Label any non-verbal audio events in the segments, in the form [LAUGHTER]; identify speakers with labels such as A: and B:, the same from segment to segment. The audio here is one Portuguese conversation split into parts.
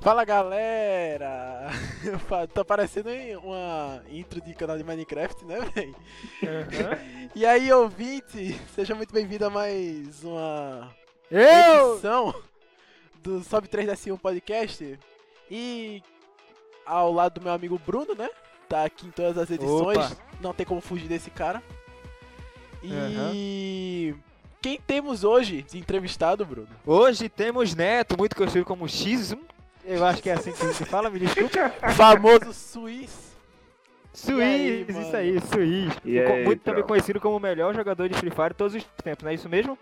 A: Fala galera! [LAUGHS] tá parecendo uma intro de canal de Minecraft, né, velho?
B: Uhum.
A: E aí, ouvinte, seja muito bem-vindo a mais uma
B: Eu!
A: edição do Sob 3DS1 Podcast. E ao lado do meu amigo Bruno, né? Tá aqui em todas as edições,
B: Opa.
A: não tem como fugir desse cara. E quem temos hoje de entrevistado, Bruno?
B: [LAUGHS] Hoje temos Neto, muito conhecido como X1. Eu acho que é assim que se fala, me [LAUGHS] desculpa.
A: Famoso Suíço. E aí,
B: Suiz,
A: mano?
B: isso aí, Suiz.
C: E
B: Co-
C: aí,
B: muito também
C: Trau?
B: conhecido como o melhor jogador de Free Fire todos os tempos, não é isso mesmo?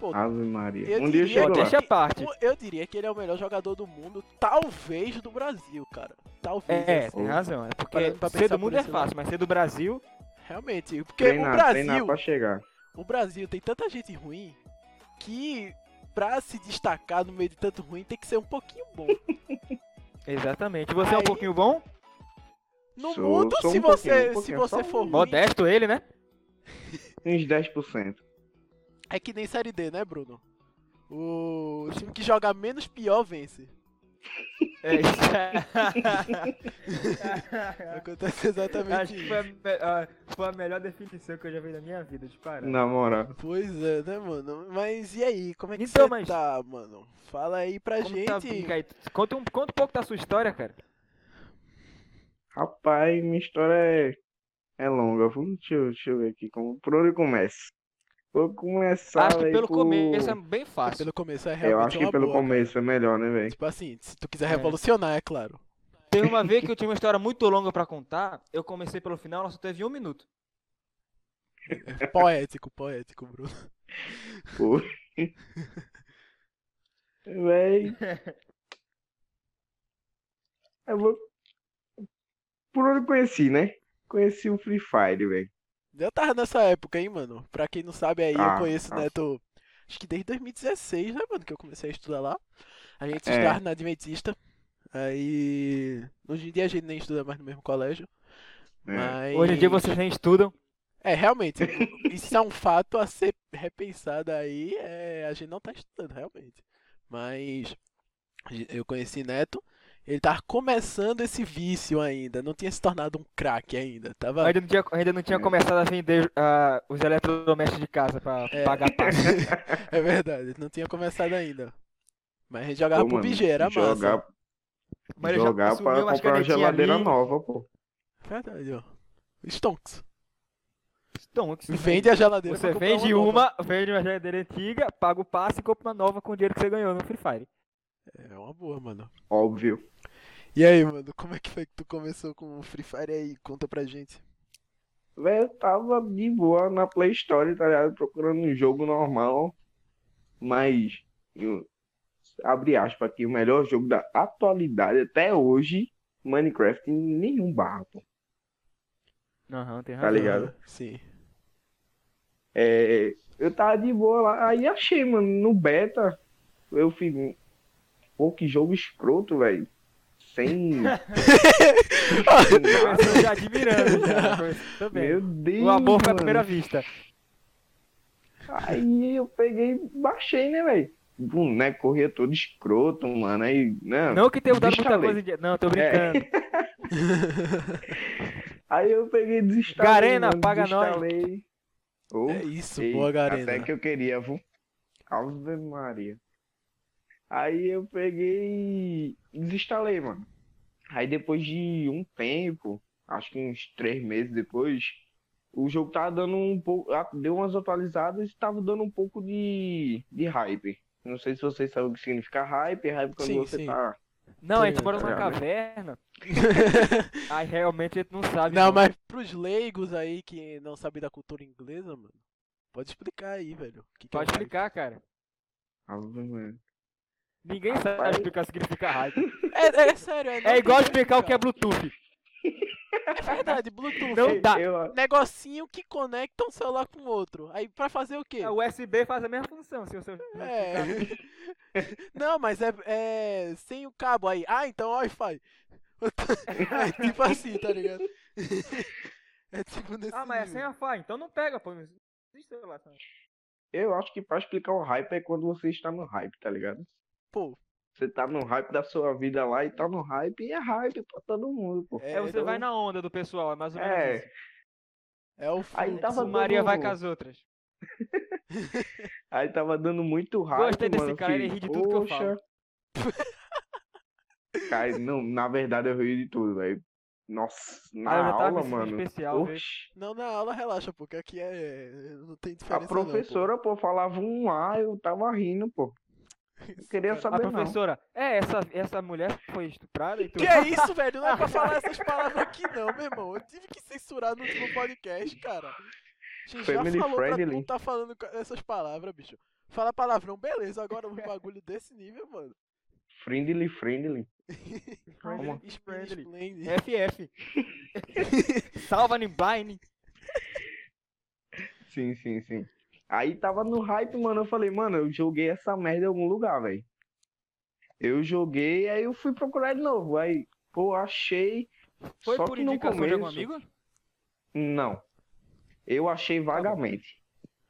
A: Pô,
C: Ave Maria.
A: Eu
C: um dia
A: diria
C: eu chego
B: Bom,
A: que-
C: lá.
B: deixa a parte.
A: Eu- Eu diria que ele é o melhor jogador do mundo, talvez do Brasil, cara. Talvez.
B: É,
A: assim.
B: tem razão. É porque
A: Pra- pra
B: ser
A: pensar
B: do
A: por
B: mundo é
A: esse lado.
B: fácil, mas ser do Brasil.
A: Realmente. Porque
C: Treinar,
A: o Brasil.
C: treinar pra chegar.
A: O Brasil tem tanta gente ruim que pra se destacar no meio de tanto ruim tem que ser um pouquinho bom.
B: Exatamente. Você é um
A: Aí-
B: pouquinho bom?
A: No
C: Sou-
A: mundo,
C: sou
A: se
C: um
A: você,
C: pouquinho, um
A: se
C: pouquinho,
A: você
C: só um
A: for ruim,
B: Modesto ele, né?
C: Uns 10%.
A: é que nem série D, né, Bruno? O time que joga menos pior vence.
B: É isso. [LAUGHS]
A: Acontece exatamente
B: [LAUGHS] Acho que foi a,
A: isso.
B: me- a- foi a melhor definição que eu já vi na minha vida, de parar.
C: Na moral.
A: Pois é, né, mano? Mas e aí, como é que
B: Então,
A: você
B: mas-
A: tá, mano? Fala aí pra
B: Como
A: gente.
B: tá a brinca aí? Conta, um, conta um pouco da sua história, cara.
C: Rapaz, minha história é, é longa. Vamos, deixa, eu- deixa eu ver aqui. Como, por onde eu começo? Vou começar.
B: Acho que
C: véi,
B: pelo
C: por-
B: começo é bem
A: É,
B: fácil.
A: Pelo começo é
C: É,
A: realmente
C: eu acho que
A: uma
C: pelo
A: boa,
C: começo é melhor, né,
A: cara. [LAUGHS]
C: velho?
A: Tipo assim, se tu quiser
B: É.
A: revolucionar, é claro.
B: Teve [LAUGHS] uma vez que eu tinha uma história muito longa pra contar, eu comecei pelo final, ela só teve um minuto.
C: [LAUGHS]
A: É poético, poético, Bruno.
C: Pô.
A: [LAUGHS]
C: Véi. Eu vou... Por onde eu conheci, né? Conheci o Free Fire, velho.
A: Eu tava nessa época, hein, mano. Pra quem não sabe aí, eu
C: Ah,
A: conheço o
C: ah.
A: Neto. Acho que desde 2016, né, mano, que eu comecei a estudar lá. A gente
C: É.
A: estudava na Adventista. Aí. Hoje em dia a gente nem estuda mais no mesmo colégio.
C: É.
A: Mas.
B: Hoje em dia vocês nem estudam.
A: É, realmente. isso é um fato a ser repensado aí. é, a gente não tá estudando, realmente. Mas. Eu conheci Neto. Ele tava começando esse vício ainda. Não tinha se tornado um craque ainda. Tava.
B: Ainda não tinha, ainda não tinha
C: É.
B: começado a vender ah, os eletrodomésticos de casa pra
A: É.
B: pagar taxa.
A: É verdade, não tinha começado ainda. Mas a gente jogava
C: Pô, mano,
A: PUBG, era massa.
C: jogar,
B: Mas eu já
C: jogar
B: consumi
C: pra
B: umas
C: comprar uma
B: canetinhas
C: geladeira
B: ali.
C: nova, pô.
A: Verdade, ó. Stonks.
B: Então, que se
A: Vende a geladeira
B: Você
A: pra comprar
B: vende
A: nova.
B: uma, vende uma geladeira antiga, paga o passe e compra uma nova com o dinheiro que você ganhou no Free Fire.
A: É uma boa, mano.
C: Óbvio.
A: E aí, mano, como é que foi que tu começou com o Free Fire aí? Conta pra gente.
C: Véi, eu tava de boa na Play Store, tá ligado? Procurando um jogo normal. Mas, eu, abre aspas aqui, o melhor jogo da atualidade até hoje, Minecraft, em nenhum barra, pô.
B: Aham, tem
C: Tá ligado?
A: Ah, Sim.
C: É, eu tava de boa lá, aí achei, mano, no beta, eu fico, pô, que jogo escroto, velho.
B: [LAUGHS]
C: Sem... sem nada.
B: Começou já admirando, já. Começou bem.
C: Meu Deus,
B: O amor foi à
C: mano.
B: primeira vista.
C: Aí eu peguei, e baixei, né, velho? Boneco corria todo escroto, mano. Aí, né?
B: Não que tenha mudado muita
C: Desinstalei.
B: coisa em dia. Não, tô brincando.
C: Aí eu peguei e desinstalei.
B: Garena,
C: mano,
B: paga nós.
C: desinstalei. Ô,
A: É isso,
C: ei,
A: boa
C: Até
A: Garena.
C: que eu queria, viu? Ave Maria. Aí eu peguei e desinstalei, mano. Aí depois de um tempo, acho que uns três meses depois, o jogo tava dando um pouco. ah, Deu umas atualizadas e tava dando um pouco de, de hype. Não sei se vocês sabem o que significa hype. é Hype quando
A: Sim,
C: você
A: sim.
C: tá.
B: Não, a gente mora numa
C: Tá ligado, [LAUGHS]
B: caverna. Aí realmente a gente não sabe.
A: Não, mas pros leigos aí que não sabem da cultura inglesa, mano, pode explicar aí, velho. o que que é
B: Pode
A: hype.
B: explicar, cara.
C: Ave Maria.
B: Ninguém sabe
C: Rapaz.
B: explicar o que significa hype.
A: É, é sério, é. não
B: É
A: tem
B: igual
A: como
B: explicar o que é Bluetooth.
A: É verdade, Bluetooth.
B: Não
A: é
B: dá.
C: Eu-
A: Negocinho que conecta um celular com o outro. Aí pra fazer o quê?
B: É, O USB faz a mesma função, se você.
A: É. [LAUGHS] Não, mas é, é sem o cabo aí. Ah, então Wi-Fi. [LAUGHS] É tipo assim, tá ligado? [LAUGHS] É tipo nesse.
B: Ah, mas é sem
A: nível.
B: a FA, então não pega, pô. Não existe celular.
C: é eu acho que pra explicar o hype é quando você está no hype, tá ligado?
A: Pô,
C: Você tá no hype da sua vida lá e tá no hype e é hype pra todo mundo, pô.
B: É, você
A: então-
B: vai na onda do pessoal, é mais ou menos
C: É,
B: isso.
A: É o
C: Aí
A: fluxo.
C: tava
B: Maria
C: dando-
B: vai com as outras.
C: aí tava dando muito hype.
B: Gostei desse
C: mano,
B: cara, ele
C: que,
B: ri de tudo que eu falo.
C: poxa. [LAUGHS] Cara, não, na verdade eu ri de tudo, velho. Nossa,
B: Aí Ah, eu
C: na
B: já tava
C: aula,
B: me sentindo
C: mano.
B: especial, velho.
C: Oxi.
A: Não, na aula relaxa, porque aqui é. Não tem
C: A
A: diferença. não, pô. [LAUGHS]
C: professora, pô. falava um A, eu tava rindo, pô. Não queria
B: A
C: saber, não.
B: professora, é, essa, essa mulher foi estuprada e tudo.
A: Que é isso, velho? Não é pra falar essas palavras aqui, não, meu irmão. Eu tive que censurar no último podcast, cara. A gente já
C: Family
A: falou pra tu
C: friendly.
A: não tá falando com essas palavras, bicho. Fala palavrão, beleza. Agora um bagulho desse nível, mano.
C: Friendly,
B: [LAUGHS]
C: friendly.
B: Calma.
A: Explain,
B: Friendly.
A: explain.
B: FF.
C: [LAUGHS]
B: Salva no Blind.
C: Sim, sim, sim. Aí tava no hype, mano. Eu falei, mano, eu joguei essa merda em algum lugar, velho. Eu joguei, aí eu fui procurar de novo. Aí, pô, achei.
B: Foi
C: Só
B: por
C: que no
B: indicação de algum
C: começo- assim,
B: amigo? Tá
C: Não. Eu achei vagamente.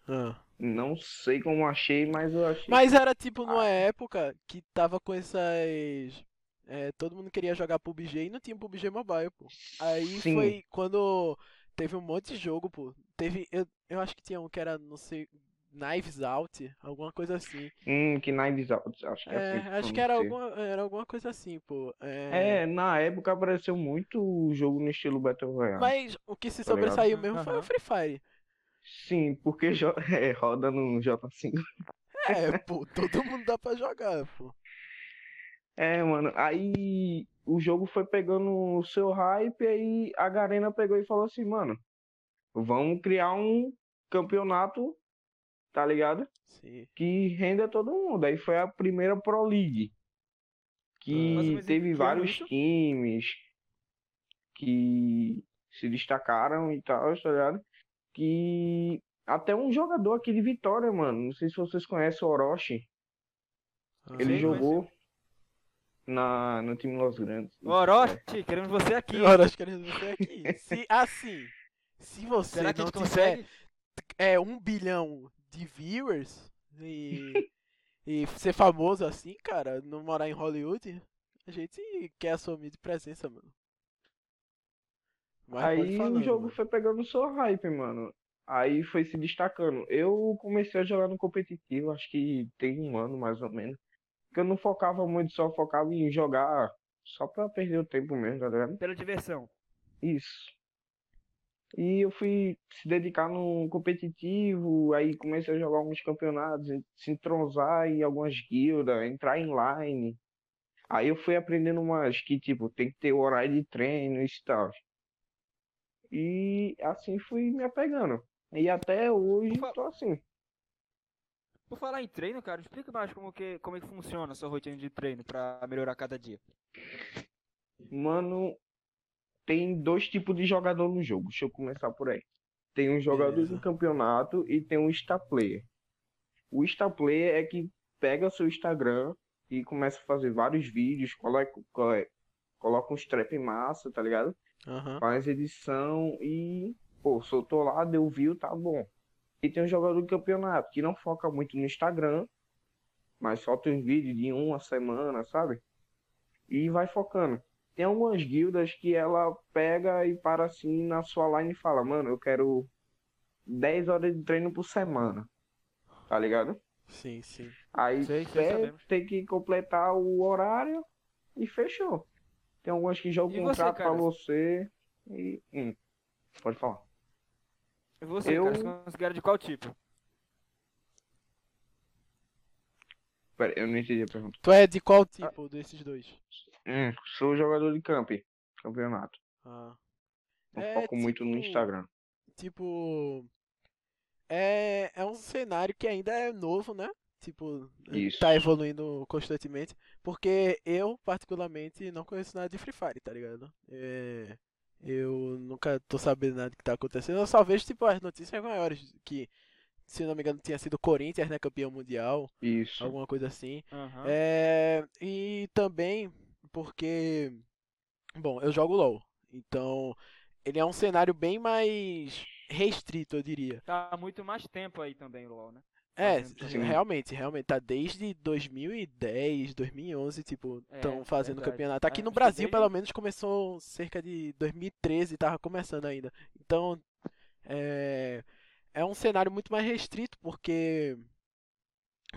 C: É.
A: Ah.
C: Não sei como achei, mas eu achei.
A: Mas era tipo numa época que tava com essas. é, todo mundo queria jogar PUBG e não tinha PUBG Mobile, pô. Aí
C: Sim.
A: foi quando teve um monte de jogo, pô. Teve. Eu, eu acho que tinha um que era, não sei, Knives Out, alguma coisa assim.
C: Hum, que Knives Out. Acho que é,
A: É,
C: assim que
A: acho que era
C: pronuncia.
A: alguma, era alguma coisa assim, pô. É,
C: É, na época apareceu muito jogo no estilo Battle Royale.
A: Mas o que se
C: Tá ah. ligado?
A: sobressaiu mesmo foi o
B: Aham.
A: Free Fire.
C: Sim, porque jo- [LAUGHS] é, roda no J5. [LAUGHS]
A: É, pô, todo mundo dá pra jogar, pô.
C: É, mano, aí o jogo foi pegando o seu hype, aí a Garena pegou e falou assim, mano, vamos criar um campeonato, tá ligado?
A: Sim.
C: Que renda todo mundo. Aí foi a primeira Pro League, que
B: Ah, Mas, mas em
C: teve
B: que ano
C: vários
B: isso?
C: times que se destacaram e tal, tá ligado? Que até um jogador aqui de Vitória, mano, não sei se vocês conhecem o Orochi. Ele
B: Sim,
C: jogou na, no time Los Grandes.
B: Orochi, queremos você aqui.
A: Agora acho que eles vão ter aqui.
C: [LAUGHS]
A: Se, assim, se você
B: Será que a
A: não
B: gente
A: tiver
B: consegue?
A: é, um bilhão de viewers e, e ser famoso assim, cara, não morar em Hollywood, a gente quer assumir de presença, mano. Mas pode
C: Aí
A: falando,
C: o jogo
A: mano.
C: foi pegando só hype, mano. Aí foi se destacando. Eu comecei a jogar no competitivo, acho que tem um ano mais ou menos. Porque eu não focava muito, só focava em jogar só pra perder o tempo mesmo, tá ligado?
B: Pela diversão.
C: Isso. E eu fui se dedicar no competitivo, aí comecei a jogar alguns campeonatos, en- se entrosar em algumas guildas, entrar em line. Aí eu fui aprendendo umas que, tipo, tem que ter horário de treino e tal. E assim fui me apegando. E até hoje
B: Fa-
C: tô assim.
B: Por falar em treino, cara, explica mais como que, como é que funciona a sua rotina de treino pra melhorar cada dia.
C: Mano, tem dois tipos de jogador no jogo. Deixa eu começar por aí. Tem um jogador
A: Beleza.
C: do campeonato e tem um Insta player. O Insta player é que pega seu Instagram e começa a fazer vários vídeos, coloca, coloca, coloca um strap massa, tá ligado?
A: Aham.
C: Faz edição e, pô, soltou lá, deu view, tá bom. E tem um jogador do campeonato que não foca muito no Instagram, mas solta uns vídeos de uma semana, sabe? E vai focando. Tem algumas guildas que ela pega e para assim na sua line e fala, mano, eu quero 10 horas de treino por semana. Tá ligado?
A: Sim, sim.
C: Aí
B: Sei, sei,
C: você
B: sabemos.
C: tem que completar o horário e fechou. Tem algumas que jogam
B: E você,
C: contrato pra
B: cara?
C: você e. hum, pode falar.
B: E Você,
C: Eu-
B: cara, se considera de qual tipo?
C: Pera, eu não entendi a pergunta.
A: Tu é de qual tipo desses dois?
C: Hum, sou jogador de camp, campeonato.
A: Ah.
C: Não
A: É,
C: foco muito no
A: tipo,
C: Instagram.
A: Tipo. É, é um cenário que ainda é novo, né? Tipo,
C: Isso.
A: tá evoluindo constantemente. Porque eu, particularmente, não conheço nada de Free Fire, tá ligado? É, eu nunca tô sabendo nada que tá acontecendo. Eu só vejo, tipo, as notícias maiores. Que, se não me engano, tinha sido Corinthians, né? Campeão mundial,
C: Isso.
A: alguma coisa assim.
B: Aham.
A: É, e também porque, bom, eu jogo LoL, então ele é um cenário bem mais restrito, eu diria.
B: Tá há muito mais tempo aí também, LOL, né?
A: É,
B: fazendo
C: Sim.
A: realmente, realmente. Tá desde 2010, 2011, tipo,
B: É,
A: estão fazendo
B: verdade.
A: campeonato. Aqui
B: Ah,
A: no
B: acho que
A: Brasil,
B: desde-
A: pelo menos, começou cerca de 2013, tava começando ainda. Então, é, é um cenário muito mais restrito, porque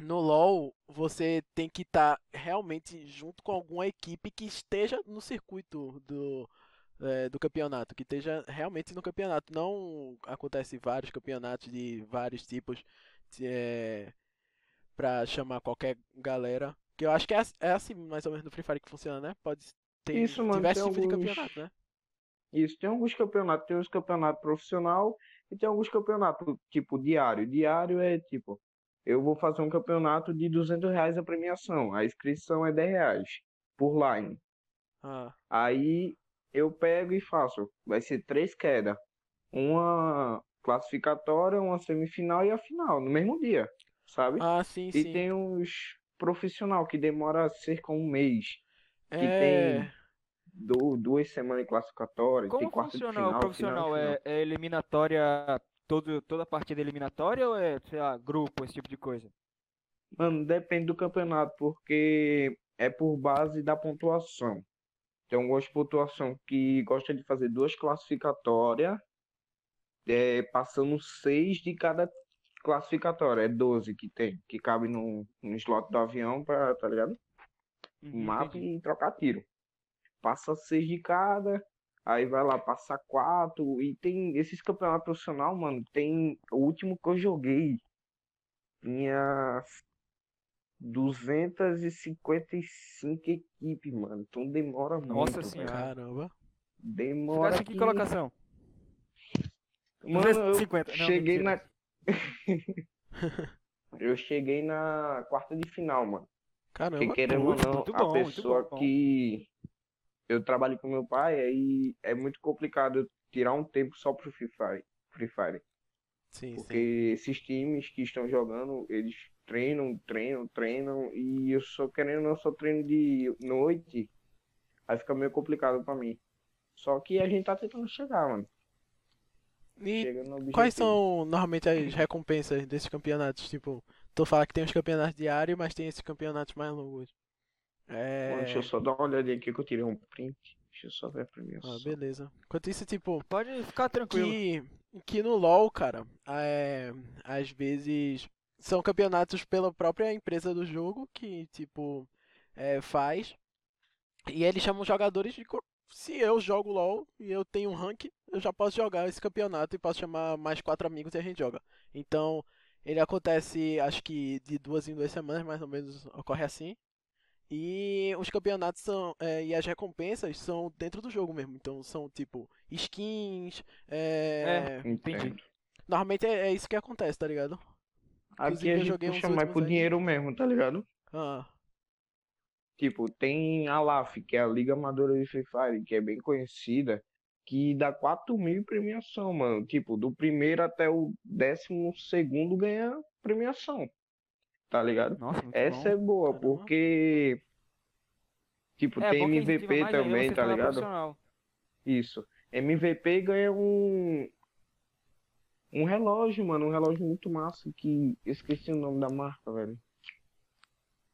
A: no LoL você tem que estar realmente junto com alguma equipe que esteja no circuito do, é, do campeonato, que esteja realmente no campeonato. Não acontece vários campeonatos de vários tipos de, é, pra chamar qualquer galera. Que eu acho que é, ass- é assim, mais ou menos, no Free Fire que funciona, né? Pode ter
C: Isso, mano,
A: diversos
C: tem
A: tipos de
C: alguns-
A: campeonato, né?
C: Isso, tem alguns campeonatos, tem os campeonatos profissional e tem alguns campeonatos, tipo, diário. Diário é tipo, eu vou fazer um campeonato de 200 reais a premiação, a inscrição é 10 reais por line.
A: Ah,
C: Aí eu pego e faço, vai ser três quedas, uma classificatória, uma semifinal e a final, no mesmo dia, sabe?
A: ah sim,
C: E
A: sim.
C: tem os profissional que demora cerca de um mês, que
A: É...
C: tem du- duas semanas de classificatória, tem
B: Como
C: quarto de
B: funciona
C: final,
B: o profissional?
C: final, e final.
B: É, é eliminatória, todo, toda partida eliminatória ou é, sei lá, grupo, esse tipo de coisa?
C: Mano, depende do campeonato, porque é por base da pontuação. Tem um gosto de pontuação que gosta de fazer duas classificatórias, é, passando seis de cada classificatória. É 12 que tem, que cabe no, no slot do avião, pra, tá ligado?
B: Uhum,
C: Mapa
B: entendi.
C: e trocar tiro. Passa seis de cada, aí vai lá, passa quatro. E tem esses campeonatos profissional, mano. Tem o último que eu joguei. Tinha 255 equipes, mano. Então demora
B: Nossa
C: muito.
B: senhora.
C: velho.
A: Caramba.
C: Demora.
B: Ficasse em
C: Que...
B: que colocação?
C: Mano, eu
B: 250. Não,
C: cheguei
B: né? mentira.
C: na.
B: [LAUGHS]
C: eu cheguei na quarta de final, mano. Porque
A: Caramba.
C: querendo ou
B: muito,
C: não,
B: muito
C: a
B: bom, muito
C: pessoa
B: bom.
C: que eu trabalho com meu pai, aí é muito complicado eu tirar um tempo só pro Free Fire. Free Fire.
A: Sim,
C: Porque
A: sim.
C: esses times que estão jogando, eles treinam, treinam, treinam, e eu só querendo ou não, eu só treino de noite, aí fica meio complicado pra mim. Só que a gente tá tentando chegar, mano.
A: E
C: Chegando no
A: quais
C: objetivo.
A: são normalmente as recompensas desses campeonatos? Tipo, tu fala que tem os campeonatos diários, mas tem esses campeonatos mais longos.
C: Mano,
A: É.
C: deixa eu só dar uma olhadinha aqui que eu tirei um print. Deixa eu só ver a
A: Ah,
C: premiação.
A: beleza. Enquanto isso, tipo,
B: Pode ficar tranquilo.
A: que, que no LoL, cara, é, às vezes são campeonatos pela própria empresa do jogo que, tipo, é, faz. E eles chamam os jogadores de. co- Se eu jogo LoL e eu tenho um rank, eu já posso jogar esse campeonato e posso chamar mais quatro amigos e a gente joga. Então, ele acontece, acho que de duas em duas semanas, mais ou menos, ocorre assim. E os campeonatos são. é, e as recompensas são dentro do jogo mesmo. Então são tipo skins. é,
C: Entendi.
A: Normalmente é, é isso que acontece, tá ligado?
C: Aqui
A: Inclusive, eu
C: a gente
A: joguei
C: puxa
A: uns
C: mais
A: últimos
C: pro
A: aí.
C: dinheiro mesmo, tá ligado?
A: Ah,
C: Tipo, tem a LAF, que é a Liga Amadora de Free Fire, que é bem conhecida, que dá 4 mil em premiação, mano. Tipo, do primeiro até o décimo segundo ganha premiação, tá ligado?
B: Nossa, muito
C: Essa é
B: bom.
C: boa,
A: Caramba.
C: porque. Tipo, tem
B: É, bom que incentiva
C: MVP
B: mais ainda
C: também,
B: você
C: tá
B: falar
C: ligado?
B: profissional.
C: Isso. MVP ganha um. Um relógio, mano. Um relógio muito massa que. eu Esqueci o nome da marca, velho.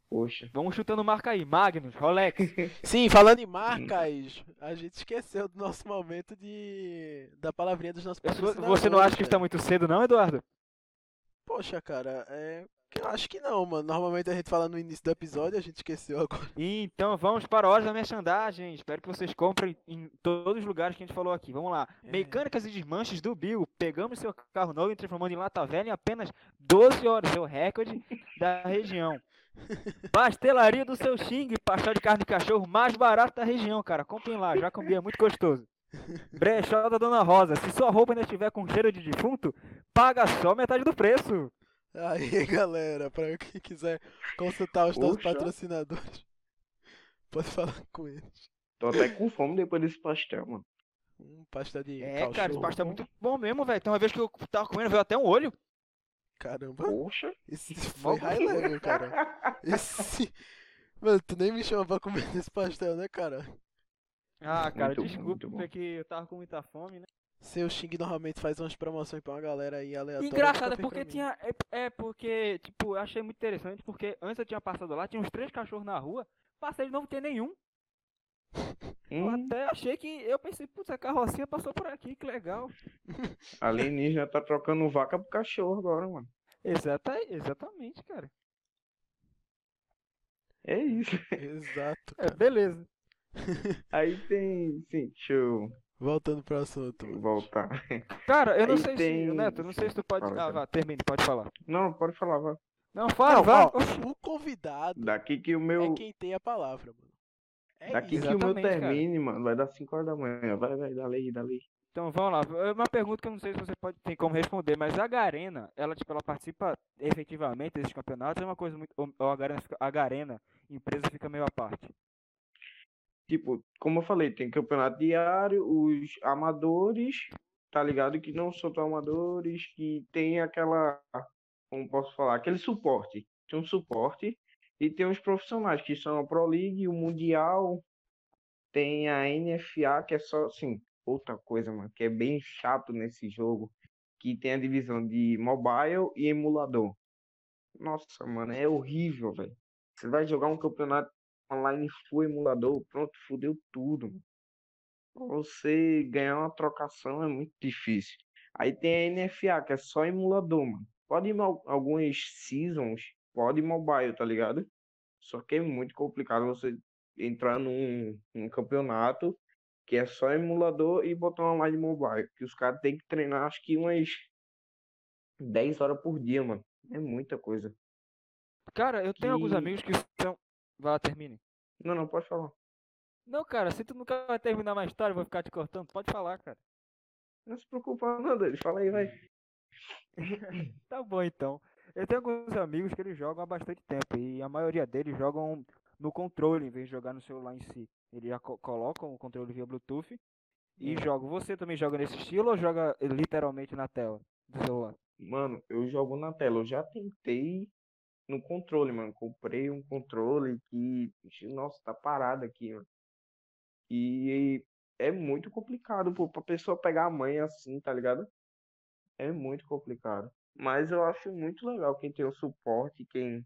C: Poxa.
B: Vamos chutando marca aí. Magnus,
C: [LAUGHS]
B: Rolex.
A: Sim, falando em marcas, a gente esqueceu do nosso momento de. da palavrinha dos nossos
B: Você não acha
A: patrocinadores,
B: que
A: né?
B: está muito cedo, não, Eduardo?
A: Poxa, cara, é. que Eu acho que não, mano. Normalmente a gente fala no início do episódio, a gente esqueceu agora. [LAUGHS]
B: Então vamos para a hora da merchandising. Espero que vocês comprem em todos os lugares que a gente falou aqui. Vamos lá.
A: É.
B: Mecânicas e desmanches do Bill. Pegamos seu carro novo e transformando em lata velha em apenas 12 horas. É o recorde da região. Pastelaria do seu Xing. Pastel de carne de cachorro mais barato da região, cara. Comprem lá. Já comi, é muito gostoso. Brechó da Dona Rosa. Se sua roupa ainda estiver com cheiro de defunto, paga só metade do preço.
A: Aí, galera, pra quem quiser consultar os nossos
C: Poxa.
A: patrocinadores, pode falar com eles.
C: Tô até com fome depois desse pastel, mano.
A: Um pasta de
B: É, cara, esse
A: cachorro.
B: pastel é muito bom mesmo, velho. Tem uma vez que eu tava comendo, veio até um olho.
A: Caramba.
C: [LAUGHS] Poxa.
B: [LAUGHS]
A: Esse foi
B: Mó
A: high level, cara. [LAUGHS] Esse. Mano, tu nem me chama pra comer [LAUGHS] esse pastel, né, cara?
B: Ah, cara,
C: Muito bom,
B: desculpa,
C: muito bom.
B: é que eu tava com muita fome, né?
A: Seu Xing normalmente faz umas promoções pra uma galera aí aleatória. nunca fez
B: Engraçado, é
A: pra
B: porque
A: mim.
B: tinha. É, é porque, tipo, eu achei muito interessante, porque antes eu tinha passado lá, tinha uns três cachorros na rua, passei de novo, tem nenhum. Eu
C: Hum,
B: até achei que. Eu pensei, putz, a carrocinha passou por aqui, que legal.
C: alienígena tá trocando vaca pro cachorro agora, mano.
B: Exata, exatamente, cara.
C: É isso.
A: [LAUGHS] Exato,
B: É,
A: cara.
B: beleza.
C: Aí tem. Sim, deixa eu
A: Voltando pro assunto.
C: voltar.
B: Cara, eu não
C: Aí
B: sei se.
C: tem-
B: Neto, eu não sei se tu pode.
C: Fala,
B: Ah,
C: cara.
B: vá, termine, pode falar.
C: Não, pode falar, vai.
B: Não, fala,
A: Não,
B: vá.
A: ó,
B: Oxi.
A: o convidado
C: Daqui que o meu.
A: é quem tem a palavra, mano. É
C: Daqui
A: isso.
C: que o meu
B: Exatamente, cara.
C: termine, mano. Vai dar 5 horas da manhã. Vai, vai, dá lei, dá lei.
B: Então vamos lá. É uma pergunta que eu não sei se você pode tem como responder, mas a Garena, ela tipo ela participa efetivamente desses campeonatos, é uma coisa muito ou a Garena, fica- a Garena, empresa fica meio à parte.
C: Tipo, como eu falei, tem campeonato diário, os amadores, tá ligado? Que não são tão amadores, que tem aquela, como posso falar, aquele suporte. Tem um suporte e tem os profissionais, que são a Pro League, o Mundial, tem a NFA, que é só, assim, outra coisa, mano, que é bem chato nesse jogo, que tem a divisão de mobile e emulador. Nossa, mano, é horrível, velho. Você vai jogar um campeonato online full emulador, pronto, fudeu tudo. mano. Pra Você ganhar uma trocação é muito difícil. Aí tem a NFA, que é só emulador, mano. Pode ir mal- algumas seasons, pode ir mobile, tá ligado? Só que é muito complicado você entrar num, num campeonato que é só emulador e botar uma online mobile. Que os caras têm que treinar acho que umas 10 horas por dia, mano. É muita coisa.
B: Cara, eu tenho alguns
C: Que-
B: amigos que são Vai lá, termine.
C: Não, não, pode falar.
B: Não, cara, se tu nunca vai terminar mais história, eu vou ficar te cortando. Pode falar, cara.
C: Não se preocupa, não, Dani. Fala aí, vai.
B: Tá bom então. Eu tenho alguns amigos que eles jogam há bastante tempo e a maioria deles jogam no controle em vez de jogar no celular em si. Eles já co- colocam o controle via Bluetooth e jogam. Você também joga nesse estilo ou joga eh, literalmente na tela do celular?
C: Mano, eu jogo na tela. Eu já tentei no controle, mano. Comprei um controle que, ixi, nossa, tá parado aqui, mano. E é muito complicado, pô, pra pessoa pegar a manha assim, tá ligado? É muito complicado. Mas eu acho muito legal quem tem o suporte, quem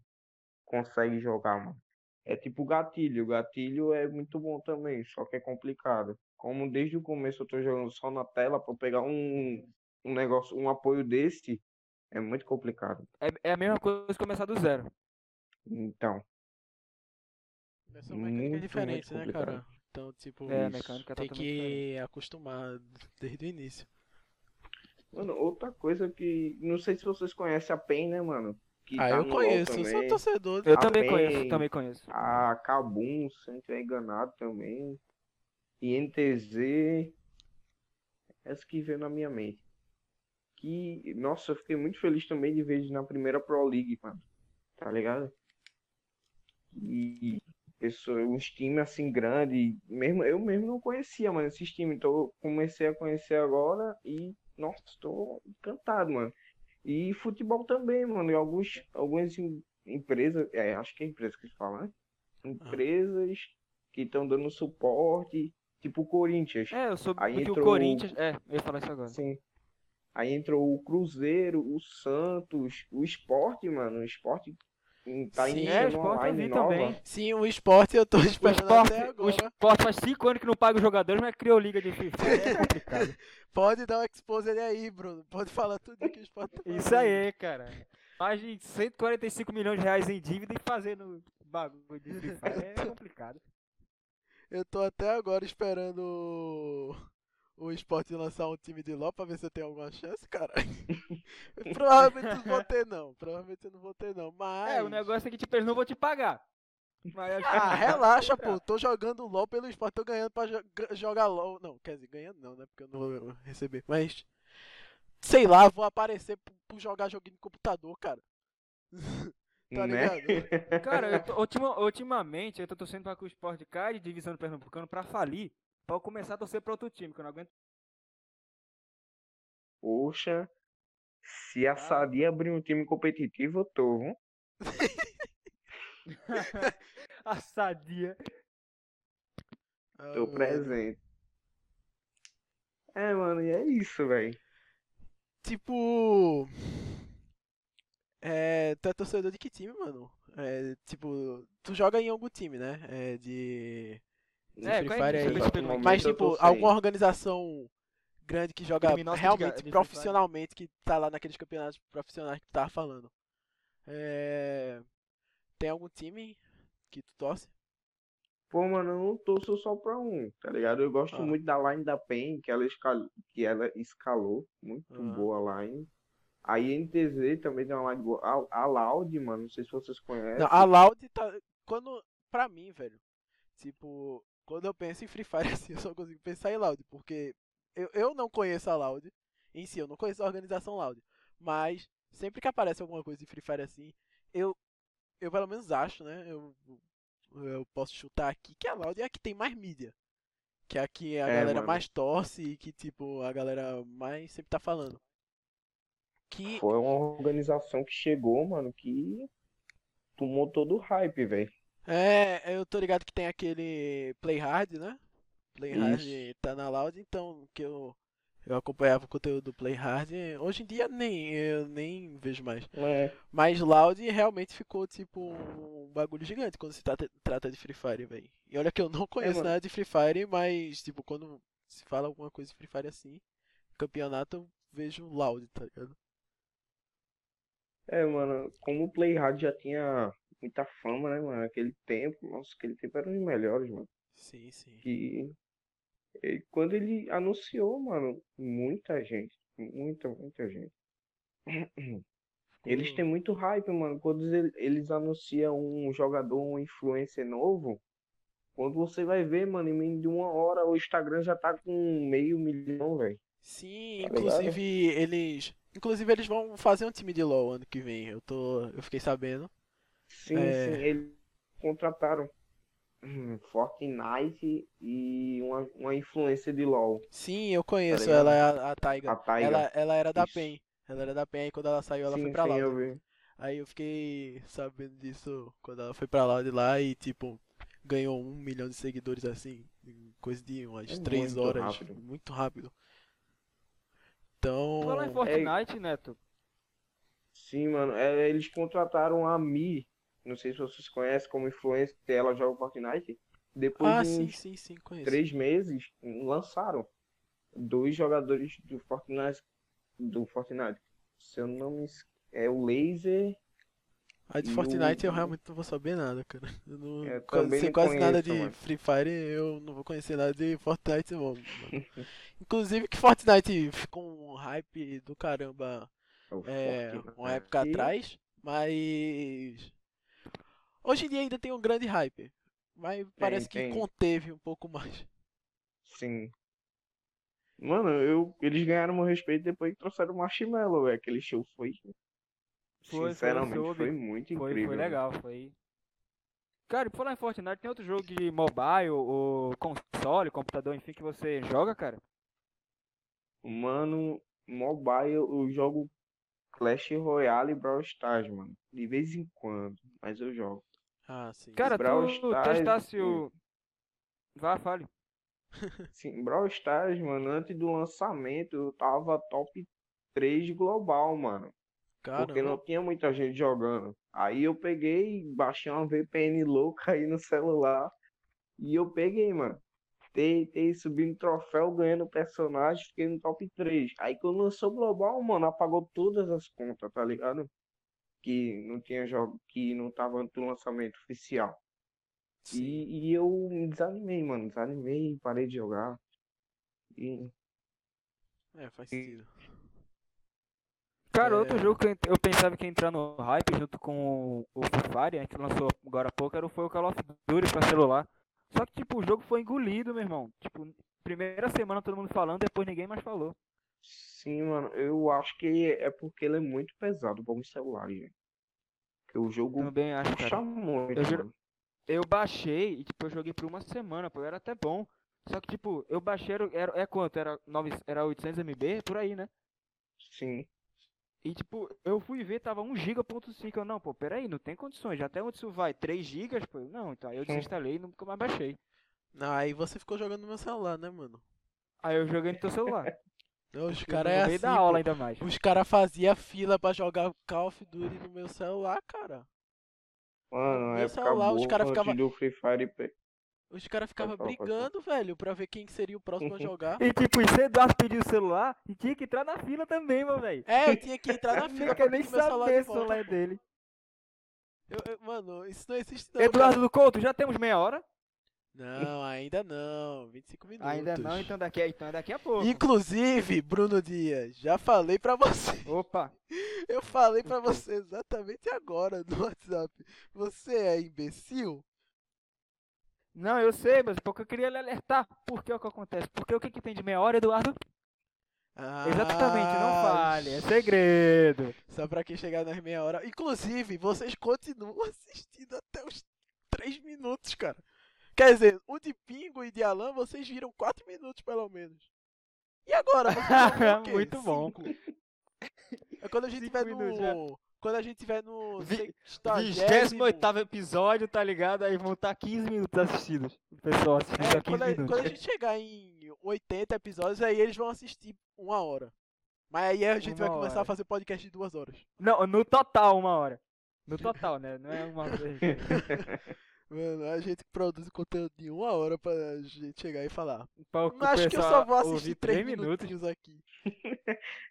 C: consegue jogar, mano. É tipo gatilho. Gatilho é muito bom também, só que é complicado. Como desde o começo eu tô jogando só na tela, pra eu pegar um um negócio, um apoio desse é muito complicado.
B: É, é a mesma coisa que começar do zero.
C: Então,
A: Essa mecânica é
C: muito,
A: diferente,
C: muito
A: né, cara? Então, tipo,
B: É, a
C: Isso.
B: mecânica tá
A: tem
B: totalmente diferente.
A: que acostumar [LAUGHS] desde o início.
C: mano, outra coisa que não sei se vocês conhecem a PEN, né, mano? Que
A: Ah,
C: tá
A: eu
C: no LoL
A: conheço, eu sou
C: também.
A: torcedor.
B: Eu também conheço,
C: Amém.
B: também conheço.
C: A Kabum, se eu não tiver enganado também. INTZ. Essa É que veio na minha mente. Que, nossa, eu fiquei muito feliz também de ver eles na primeira Pro League, mano. Tá ligado? E pessoa, uns times assim grande, mesmo eu mesmo não conhecia, mano, esses times, então eu comecei a conhecer agora e nossa, tô encantado, mano. E futebol também, mano, e alguns algumas em- empresas, é, acho que é empresa que se fala, né?
B: Ah.
C: Empresas que estão dando suporte, tipo o Corinthians.
B: É, eu soube
C: Aí
B: que o
C: entrou o-
B: Corinthians. É, eu ia falar isso agora.
C: Sim. Aí entrou o Cruzeiro, o Santos, o Esporte, mano. O Esporte tá
A: Sim,
C: em
B: É, o Sport eu vi também.
A: Sim, o esporte eu tô
B: O
A: esperando
B: Sport,
A: até
B: o
A: agora.
B: Sport faz 5 anos que não paga os jogadores, mas criou liga de FIFA. É complicado.
A: Pode dar o expose ele aí, Bruno. Pode falar tudo que o esporte tá
B: [LAUGHS] Isso
A: fazendo.
B: aí, cara. Mais de 145 milhões de reais em dívida e fazendo bagulho de Free Fire. É complicado.
A: Eu tô até agora esperando o- o esporte lançar um time de LOL pra ver se eu tenho alguma chance,
B: [LAUGHS]
A: cara. [LAUGHS] provavelmente eu não vou ter, não. Provavelmente eu não vou ter, não. Mas.
B: É, o negócio é que, tipo, eles não vão te pagar. Mas eu acho que-
A: Ah,
C: [LAUGHS]
A: relaxa, pô. Tô jogando LOL pelo esporte, tô ganhando pra jo- ga- jogar LOL. Não, quer dizer, ganhando não, né? Porque eu não vou receber. Mas. Sei lá, vou aparecer por, por jogar joguinho de computador, cara. Tá
C: né?
A: ligado?
B: Cara, eu tô- ultima- ultimamente eu tô torcendo pra que o Sport caia de divisão do Pernambucano pra falir, pra eu começar a torcer pra outro time, que eu não aguento.
C: Poxa, se a Sadia abrir um time competitivo, eu tô, viu?
B: a sadia.
A: Ah,
C: [LAUGHS] Tô
A: mano.
C: presente. É, mano, e é isso, velho.
A: Tipo. É, tu é torcedor de que time, mano? É, tipo, tu joga em algum time, né? É, de. de
B: É,
A: Free
B: qual é
A: Fire
B: que
A: aí.
B: você
C: Mas, no
B: Mas,
A: Mas,
C: momento, eu
A: tipo,
C: tô sem.
A: alguma organização grande que joga
B: Criminosa de ga- de
A: realmente
B: Free Fire.
A: profissionalmente, que tá lá naqueles campeonatos profissionais que tu tava falando. É, Tem algum time que tu torce?
C: Pô, mano, eu não torço só pra um, tá ligado? Eu gosto
A: Ah.
C: muito da line da PEN, que ela, escal... que ela escalou. Muito
A: Aham.
C: boa a line. A INTZ também tem uma line boa. A, a Loud, mano, não sei se vocês conhecem.
A: Não, a Loud tá. Quando. Pra mim, velho. Tipo, quando eu penso em Free Fire [LAUGHS] assim, eu só consigo pensar em Loud, porque eu, eu não conheço a Loud em si, eu não conheço a organização Loud. Mas sempre que aparece alguma coisa de Free Fire assim, eu. Eu pelo menos acho, né? Eu, eu posso chutar aqui que a Loud é a que tem mais mídia. Que é a que a
C: É,
A: galera
C: mano.
A: mais torce e que, tipo, a galera mais sempre tá falando. Que
C: Foi uma organização que chegou, mano, que tomou todo o hype, velho.
A: É, eu tô ligado que tem aquele Play Hard, né? Play Hard
C: Isso.
A: tá na Loud, então que eu, eu acompanhava o conteúdo do Play Hard. Hoje em dia nem eu nem vejo mais.
C: É,
A: Mas Loud realmente ficou tipo um bagulho gigante quando se trata, trata de Free Fire, velho. E olha que eu não conheço
C: É, mano.
A: nada de Free Fire, mas tipo quando se fala alguma coisa de Free Fire assim, campeonato eu vejo Loud, tá ligado?
C: é, mano, como o Playhard já tinha muita fama, né, mano, naquele tempo, nossa, aquele tempo era um dos melhores, mano.
A: Sim, sim.
C: E, e quando ele anunciou, mano, muita gente, muita, muita gente. Eles têm muito hype, mano. Quando ele- eles anunciam um jogador, um influencer novo, quando você vai ver, mano, em menos de uma hora o Instagram já tá com meio milhão, velho.
A: Sim,
C: Tá ligado?
A: inclusive eles. Inclusive eles vão fazer um time de LoL ano que vem. Eu tô. Eu fiquei sabendo.
C: Sim,
A: É.
C: sim, eles contrataram hum, Fortnite e uma, uma influência de LoL,
A: Sim, eu conheço.
C: Tá ligado?
A: Ela é a, a Taiga.
C: a Taiga.
A: Ela, ela era da
C: Isso.
A: PEN. Ela era da PEN aí quando ela saiu, ela
C: Sim,
A: foi pra
C: sim,
A: lá.
C: eu vi.
A: Aí eu fiquei sabendo disso quando ela foi pra lá de lá e tipo, ganhou um milhão de seguidores assim, em coisa de umas
C: É
A: três
C: muito
A: horas.
C: rápido.
A: Muito rápido. Então.
B: Fala em Fortnite, Neto.
C: Sim, mano. é, eles contrataram a Mi, não sei se vocês conhecem como influencer, ela joga Fortnite. Depois
A: Ah,
C: de
A: sim,
C: uns
A: sim, sim, conheço.
C: três meses, lançaram dois jogadores do Fortnite, do Fortnite. Se eu não me esque- é o Laser,
A: A de
C: E
A: Fortnite eu
C: o-
A: realmente não vou saber nada, cara. Eu não
C: Eu
A: qua-
C: também
A: sei
C: não
A: quase nada
C: conheço,
A: de
C: mano.
A: Free Fire, eu não vou conhecer nada de Fortnite,
C: [LAUGHS]
A: mano. Inclusive que Fortnite ficou um hype do caramba
C: é o
A: é,
C: Fortnite.
A: uma época
C: E-
A: atrás, mas hoje em dia ainda tem um grande hype, mas parece que
C: tem.
A: conteve um pouco mais. [LAUGHS]
C: Sim. Mano, eu, eles ganharam meu respeito depois que trouxeram o Marshmello, velho. Aquele show foi.
B: Foi, foi,
C: Sinceramente,
B: soube.
C: foi muito
B: Foi,
C: incrível. né?
B: foi legal, foi. Cara, e por falar em Fortnite, tem outro jogo de mobile, ou console, computador, enfim, que você joga, cara?
C: Mano, mobile, eu jogo Clash Royale e Brawl Stars, mano. De vez em quando, mas eu
B: [LAUGHS]
C: jogo.
A: Ah, sim.
B: Cara,
C: Brawl
B: tu
C: Stars,
B: testasse o. Vá, fale.
C: Sim, Brawl Stars, mano, antes do lançamento, eu tava top 3 global, mano. Porque não
A: Caramba.
C: tinha muita gente jogando. Aí eu peguei, baixei uma VPN louca aí no celular. E eu peguei, mano. Tentei subindo troféu, ganhando personagem, fiquei no top 3. Aí quando lançou o Global, mano, apagou todas as contas, tá ligado? Que não tinha jogo, que não tava no lançamento oficial.
A: Sim.
C: E, e eu me desanimei, mano. Desanimei, parei de jogar. E
A: É, faz sentido.
B: Cara,
A: É.
B: outro jogo que eu ent- eu pensava que ia entrar no hype junto com o o Free Fire, né, que lançou agora há pouco, era o- foi o Call of Duty pra celular. Só que, tipo, o jogo foi engolido, meu irmão. Tipo, primeira semana todo mundo falando, depois ninguém mais falou.
C: sim, mano, eu acho que é porque ele é muito pesado para os celulares, velho. Porque o jogo
B: Também acho,
C: Puxa
B: cara.
C: muito,
B: Eu juro-
C: mano.
B: Eu baixei e, tipo, eu joguei por uma semana, pô, era até bom. Só que, tipo, eu baixei, era, era- é quanto? Era, 9, era 800 MB, por aí, né?
C: Sim.
B: E, tipo, eu fui ver, tava 1 GB.5. Eu, não, pô, peraí, não tem condições. Até onde isso vai? 3 GB, pô? Não, então aí eu
C: Sim.
B: desinstalei e nunca mais baixei.
A: Aí você ficou jogando no meu celular, né, mano?
B: Aí eu joguei no teu celular.
A: Não, [LAUGHS] os
B: Eu
A: caras é
B: joguei
A: assim.
B: da
A: pô.
B: aula ainda mais.
A: Os caras faziam fila pra jogar Call of Duty no meu celular, cara.
C: Mano, na
A: Meu
C: época
A: celular, os
C: boa,
A: caras
C: antes
A: ficavam-
C: do Free Fire e P-
A: Os caras ficavam
C: falar, pode
A: brigando, velho, pra ver quem que seria o próximo a jogar.
B: E tipo, e se Eduardo pediu o celular, e tinha que entrar na fila também, meu velho.
A: É, eu tinha que entrar
B: [LAUGHS]
A: na
B: Não
A: fila pra
B: quer nem
A: pedir meu celular de
B: saber se o
A: volta.
B: celular é dele.
A: Eu- eu- mano, isso não existe não,
B: Eduardo do Couto, já temos meia hora?
A: cara. Não, ainda não. 25 minutos.
B: Ainda não, então daqui, a- então é daqui a pouco.
A: Inclusive, Bruno Dias, já falei pra você. [LAUGHS]
B: Opa,
A: Eu falei
B: Uhum.
A: pra você exatamente agora no WhatsApp. Você é imbecil?
B: não, eu sei, mas porque eu queria lhe alertar. Por que é o que acontece? Porque o que, que tem de meia hora, Eduardo? Exatamente, não
A: Ah,
B: fale, é segredo.
A: Só pra quem chegar nas meia hora. Inclusive, vocês continuam [LAUGHS] assistindo até os 3 minutos, cara. Quer dizer, o de Pingo e de Alan, vocês viram 4 minutos pelo menos. E agora? Vocês vão
B: [LAUGHS]
A: ver o quê?
B: Muito bom.
A: Cinco? É quando a gente
B: Cinco
A: tiver
B: minutos,
A: no. Quando a gente tiver no.
B: Vi-
A: sei-
B: 28 episódio, tá ligado? Aí vão estar 15 minutos assistidos. O pessoal assistindo
A: É,
B: a 15
A: quando, a,
B: minutos.
A: quando a gente chegar em 80 episódios, aí eles vão assistir uma hora. Mas aí a gente vai
B: Uma
A: começar a
B: hora.
A: fazer podcast de duas horas.
B: Não, no total, uma hora. No total, né? Não é uma
A: [LAUGHS]
B: vez.
A: Mano, a gente produz conteúdo de uma hora pra gente chegar e falar.
B: Pra Um o
A: Acho que eu
B: pessoal
A: só vou
B: ouvir
A: assistir três
B: três minutos.
A: minutinhos aqui.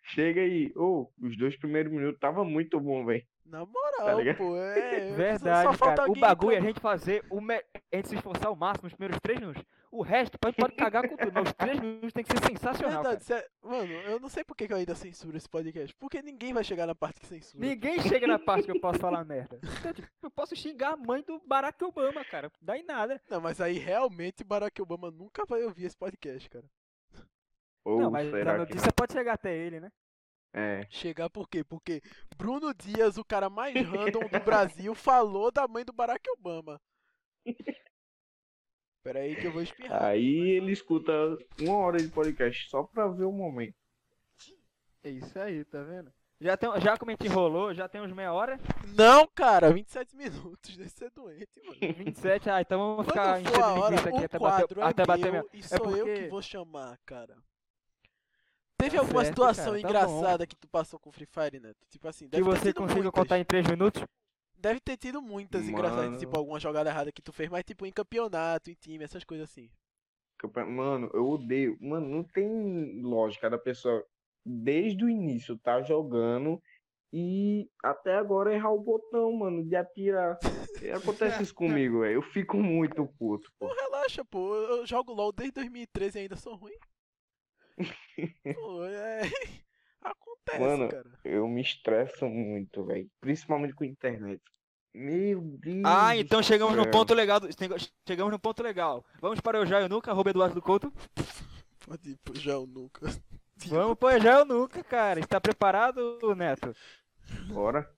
C: Chega aí. Ô, os dois primeiros minutos tava muito bom, velho.
A: Na
C: Tá
A: moral,
C: ligado?
A: pô,
B: [LAUGHS]
A: é. só- só
B: Verdade,
A: falta
B: cara. O
A: alguém
B: bagulho é a
A: entrando-
B: gente fazer o me... a gente se esforçar ao máximo nos primeiros três minutos. O resto pode, pode cagar com tudo, mas os três minutos tem que ser sensacional.
A: Verdade,
B: cara.
A: cê- mano, eu não sei por que que eu ainda censuro esse podcast. Porque ninguém vai chegar na parte que censura.
B: Ninguém chega na parte que eu posso falar merda. Então, tipo, eu posso xingar a mãe do Barack Obama, cara. Dá em nada.
A: Não, mas aí realmente Barack Obama nunca vai ouvir esse podcast, cara.
C: Ou
B: não, mas a
C: será que
B: notícia pode chegar até ele, né?
C: É.
A: Chegar por quê? Porque Bruno Dias, o cara mais random do Brasil,
B: [LAUGHS]
A: falou da mãe do Barack Obama. Pera aí que eu vou espirrar.
C: Aí ele escuta uma hora de podcast só pra ver o momento.
B: É isso aí, tá vendo? Já, tem, já como a gente enrolou, já tem uns meia hora,
A: Não, cara, 27 minutos, [LAUGHS] deve ser doente, mano.
B: 27, ah, então vamos ficar
A: Quando for
B: enchendo
A: a hora,
B: linguiça aqui
A: o
B: até bater,
A: quadro
B: até
A: é
B: bater minha...
A: meu e sou eu que
B: porque-
A: vou chamar, cara. Teve
B: Tá
A: alguma
B: certo,
A: situação
B: cara, tá
A: engraçada que tu passou com Free Fire, Neto? Tipo assim,
B: Que
A: deve ter
B: você
A: tido
B: consiga
A: muitas.
B: contar em três minutos?
A: Deve ter tido muitas engraçadas,
C: Mano.
A: tipo alguma jogada errada que tu fez, mas tipo em campeonato, em time, essas coisas assim.
C: Que eu pe- Mano, eu odeio. Mano, não tem lógica da pessoa desde o início tá jogando e até agora errar o botão, mano, de atirar. Acontece isso comigo, velho. Eu fico muito puto, pô.
A: Pô, relaxa, pô. Eu eu jogo LOL desde 2013 e ainda sou
B: [LAUGHS]
A: ruim. pô, é. [LAUGHS] Acontece,
C: Mano,
A: cara.
C: Eu me estresso muito, velho. Principalmente com a internet. Meu Deus.
B: Ah,
C: do
B: então chegamos no
C: céu.
B: ponto legal. do- Chegamos no ponto legal. Vamos para o Jaio Nuca, arroba Eduardo do Couto.
A: Pode ir pro João nunca.
B: Vamos para o Jaio Nuca, cara. Está preparado, Neto?
A: então
C: Bora.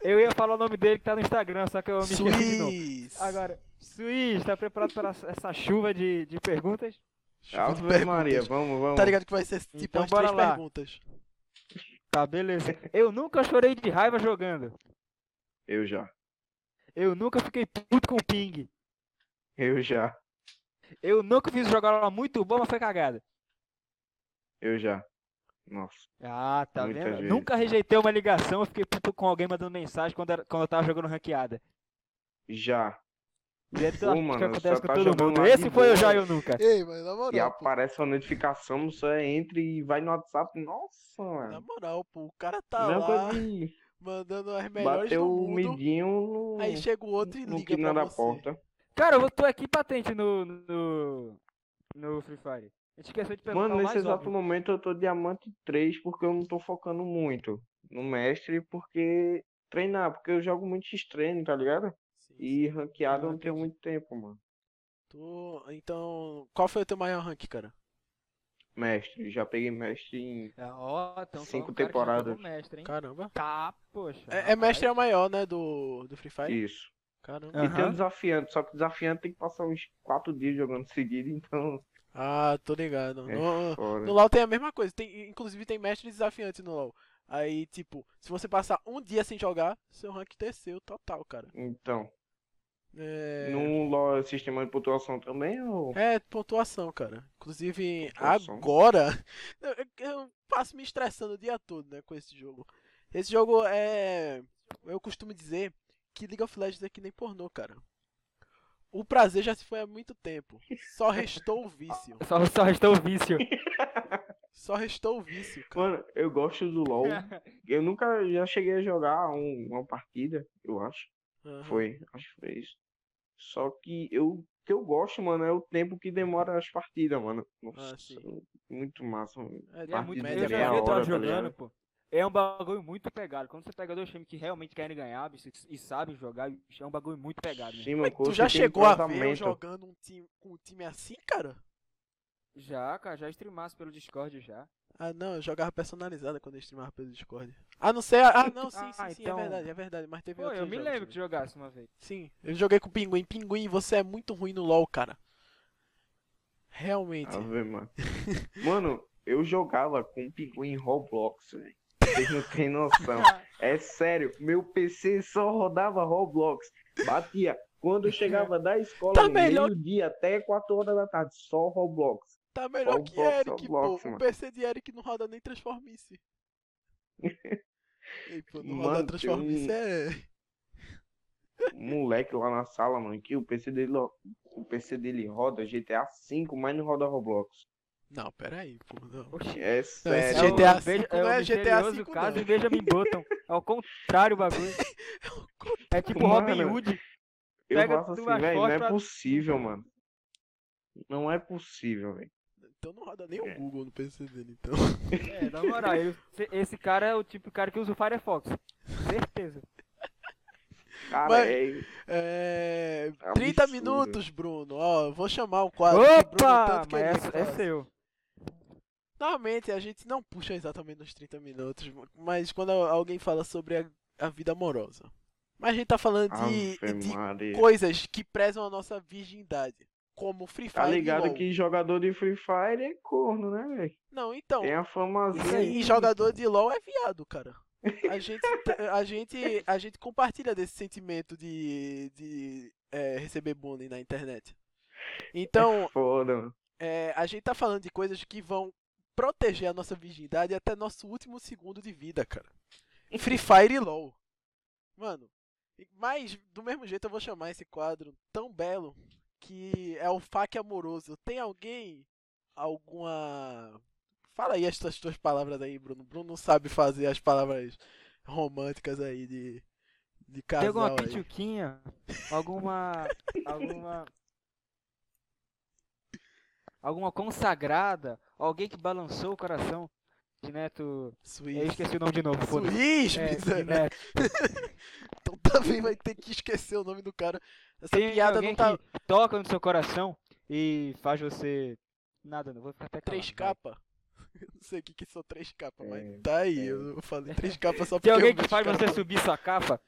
B: Eu ia falar o nome dele que tá no Instagram, só que eu me esqueci de novo.
A: Suiz!
B: Agora, Suiz, está preparado para essa chuva de, de perguntas?
A: Chuva de
C: Ave Maria,
A: perguntas.
C: vamos, vamos.
A: Tá ligado que vai ser tipo
B: Então
A: umas
B: bora
A: três
B: lá.
A: perguntas.
B: Tá, beleza. Eu nunca chorei de raiva jogando.
C: Eu já.
B: Eu nunca fiquei puto com o ping.
C: Eu já.
B: Eu nunca fiz jogar lá muito boa, mas foi cagada.
C: Eu já. Nossa.
B: Ah, tá
C: Muitas
B: vendo?
C: vezes.
B: Nunca rejeitei uma ligação, eu fiquei puto com alguém mandando mensagem quando, era- quando eu tava jogando ranqueada.
C: Já.
B: E é
C: Pô,
B: tudo
C: mano,
B: que acontece
C: só
B: com
C: tá
B: todo
C: jogando
B: mundo.
C: lá de
B: Esse foi o
C: boa.
B: Jaio Nuca.
A: Ei, mas na
C: E
A: moral, pô.
C: aparece uma notificação, você entra e vai no WhatsApp. Nossa,
A: Na
C: mano.
A: moral, pô. O cara tá
C: Mesma
A: lá
C: coisa de
A: mandando as melhores
C: bater
A: do
C: o
A: mundo.
C: midinho no,
A: Aí chega o outro e
C: um no
A: liga
C: quina
A: pra
C: da
A: você.
C: porta.
B: Cara, eu tô aqui patente no. no. no Free Fire. A gente esqueceu de perguntar
C: Mano,
B: o
C: nesse
B: mais
C: exato
B: óbvio.
C: momento eu tô diamante 3 porque eu não tô focando muito no mestre, porque treinar, porque eu jogo muito X-treino, tá ligado?
A: Sim,
C: E
A: sim.
C: ranqueado eu
A: Ah,
C: não tenho
A: entendi.
C: muito tempo, mano.
A: Tu- Então, qual foi o teu maior rank, cara?
C: Mestre, já peguei mestre em.
B: Ah, Ó, então foi
C: Cinco
B: um cara que jogou
C: temporadas.
B: mestre, hein?
A: Caramba.
B: Tá, poxa.
A: É, é mestre é o
B: rapaz.
A: maior, né? Do, do Free Fire?
C: Isso.
A: Caramba.
C: E tem
B: Aham.
C: o desafiante, só que o desafiante tem que passar uns 4 dias jogando seguido, então. [LAUGHS]
A: Ah, tô ligado.
C: É
A: No,
C: Fora.
A: no LoL tem a mesma coisa. Tem, inclusive tem mestre desafiante no LoL. Aí, tipo, se você passar um dia sem jogar, seu rank desceu total, cara.
C: Então.
A: É,
C: No LoL é sistema de pontuação também, ou...
A: é pontuação, cara. Inclusive,
C: Pontuação.
A: agora. [LAUGHS] Eu, eu passo me estressando o dia todo, né, com esse jogo. Esse jogo é. Eu costumo dizer que League of Legends é que nem pornô, cara. O prazer já se foi há muito tempo. Só restou o vício.
B: Só, só restou o vício.
A: Só restou o vício, cara.
C: Mano, eu gosto do
A: [LAUGHS]
C: LoL. Eu nunca já cheguei a jogar um- uma partida, eu acho.
A: Aham.
C: Foi, acho que foi isso. Só que eu, o que eu gosto, mano, é o tempo que demora as partidas, mano. Nossa,
A: Ah, sim.
C: muito massa, mano.
A: É,
B: É muito
A: média
B: eu já
C: meia
B: vi
A: real.
C: hora,
B: outro
C: tá
B: jogando,
C: ligado?
B: pô. É um bagulho muito pegado. Quando você pega dois times que realmente querem ganhar bicho, e, e sabem jogar, bicho, é um bagulho muito pegado. né?
C: Sim, mano,
A: Tu
C: você
A: já
C: tem
A: chegou a ver eu
C: tratamento.
A: jogando um time, com um time assim, cara?
B: Já, cara, já streamasse pelo Discord já.
A: Ah, não, eu jogava personalizada quando eu streamava pelo Discord. Ah, não sei. Ah, não, sim,
B: Ah,
A: sim, sim,
B: então.
A: é verdade, é verdade. Mas teve
B: Pô,
A: outro
B: eu me
A: jogo
B: lembro que
A: também.
B: jogasse uma vez.
A: Sim, eu joguei com o Pinguim. Pinguim, você é muito ruim no LoL, cara. Realmente.
C: Ave, mano. Mano, eu jogava com o pinguim em Roblox, velho. Vocês não têm
A: [LAUGHS]
C: noção. É sério, meu PC só rodava Roblox. Batia. Quando eu chegava da escola,
A: Tá
C: no
A: melhor-
C: meio-dia até 4 horas da tarde, só Roblox.
A: tá melhor
C: o
A: que
C: Blox,
A: Eric,
C: o Blox,
A: pô. O
C: mano.
A: PC de Eric não roda nem
C: [LAUGHS]
A: Transformice. Ei, pô, não roda
C: Mano, tem
A: Transformice
C: um-
A: é. [LAUGHS]
C: Um moleque lá na sala, mano, que o PC dele, ó, o PC dele roda GTA V, mas não roda Roblox.
A: Não, peraí, pô. Não.
B: Oxi.
C: É sério.
A: esse GTA
B: o-
A: V
B: o
A: não é GTA V,
B: misterioso caso
A: não.
B: e Benjamin Button. É o contrário o bagulho. É tipo
C: Mano.
B: Robin Hood.
C: Eu
B: pega
C: faço assim,
B: duas
C: velho, não é
B: costas-
C: possível, mano. Não é possível, velho.
A: Então não roda nem o
C: É.
A: Google no PC dele, então. [LAUGHS]
B: É, na moral, eu- se- esse cara é o tipo de cara que usa o Firefox. Certeza.
C: Cara,
A: Mas-
C: é.
A: É...
C: um Absurdo.
A: 30 minutos, Bruno. Ó, eu vou chamar o quadro. que o Bruno
B: Opa!
A: tanto queria
B: Mas
A: que
B: é, é
A: falasse.
B: seu.
A: Normalmente a gente não puxa exatamente nos 30 minutos, mas quando alguém fala sobre a, a vida amorosa. Mas a gente tá falando de,
C: Ave
A: de
C: Maria.
A: coisas que prezam a nossa virgindade. Como Free Fire
C: Tá
A: e
C: ligado
A: LOL.
C: que jogador de Free Fire é corno, né, velho?
A: Não, então.
C: Tem a famazinha.
A: E, e jogador de LOL é viado, cara. A gente, tá, a gente, a gente compartilha desse sentimento de, de é, receber bullying na internet. Então,
C: Foda, mano.
A: é, a gente tá falando de coisas que vão proteger a nossa virgindade até nosso último segundo de vida, cara. Free Fire e LOL. Mano, e- mas do mesmo jeito eu vou chamar esse quadro tão belo que é o fac amoroso. Tem alguém alguma Fala aí as tuas, tuas palavras aí, Bruno. Bruno não sabe fazer as palavras românticas aí de de
B: Tem
A: casal
B: alguma
A: aí.
B: pituquinha? Alguma. alguma. Alguma consagrada? Alguém que balançou o coração de Neto. Eu
A: Suíço.
B: É, esqueci o nome de novo. foda-se.
A: Suíço,
B: É, de
A: miserável.
B: Neto.
A: Então [LAUGHS] também vai ter que esquecer o nome do cara. Essa
B: Tem
A: piada
B: alguém
A: não tá.
B: que toca no seu coração e faz você. Nada, não vou ficar até calado.
A: 3
B: Ah, vai.
A: capa? [LAUGHS] Eu não sei o que que são 3 capa,
C: É,
A: mas tá aí.
C: é.
A: Eu falei
B: [LAUGHS]
A: 3 capa só porque
B: Tem alguém
A: eu vi
B: que
A: os
B: faz
A: caras
B: você
A: falando.
B: subir
A: [LAUGHS]
B: sua capa?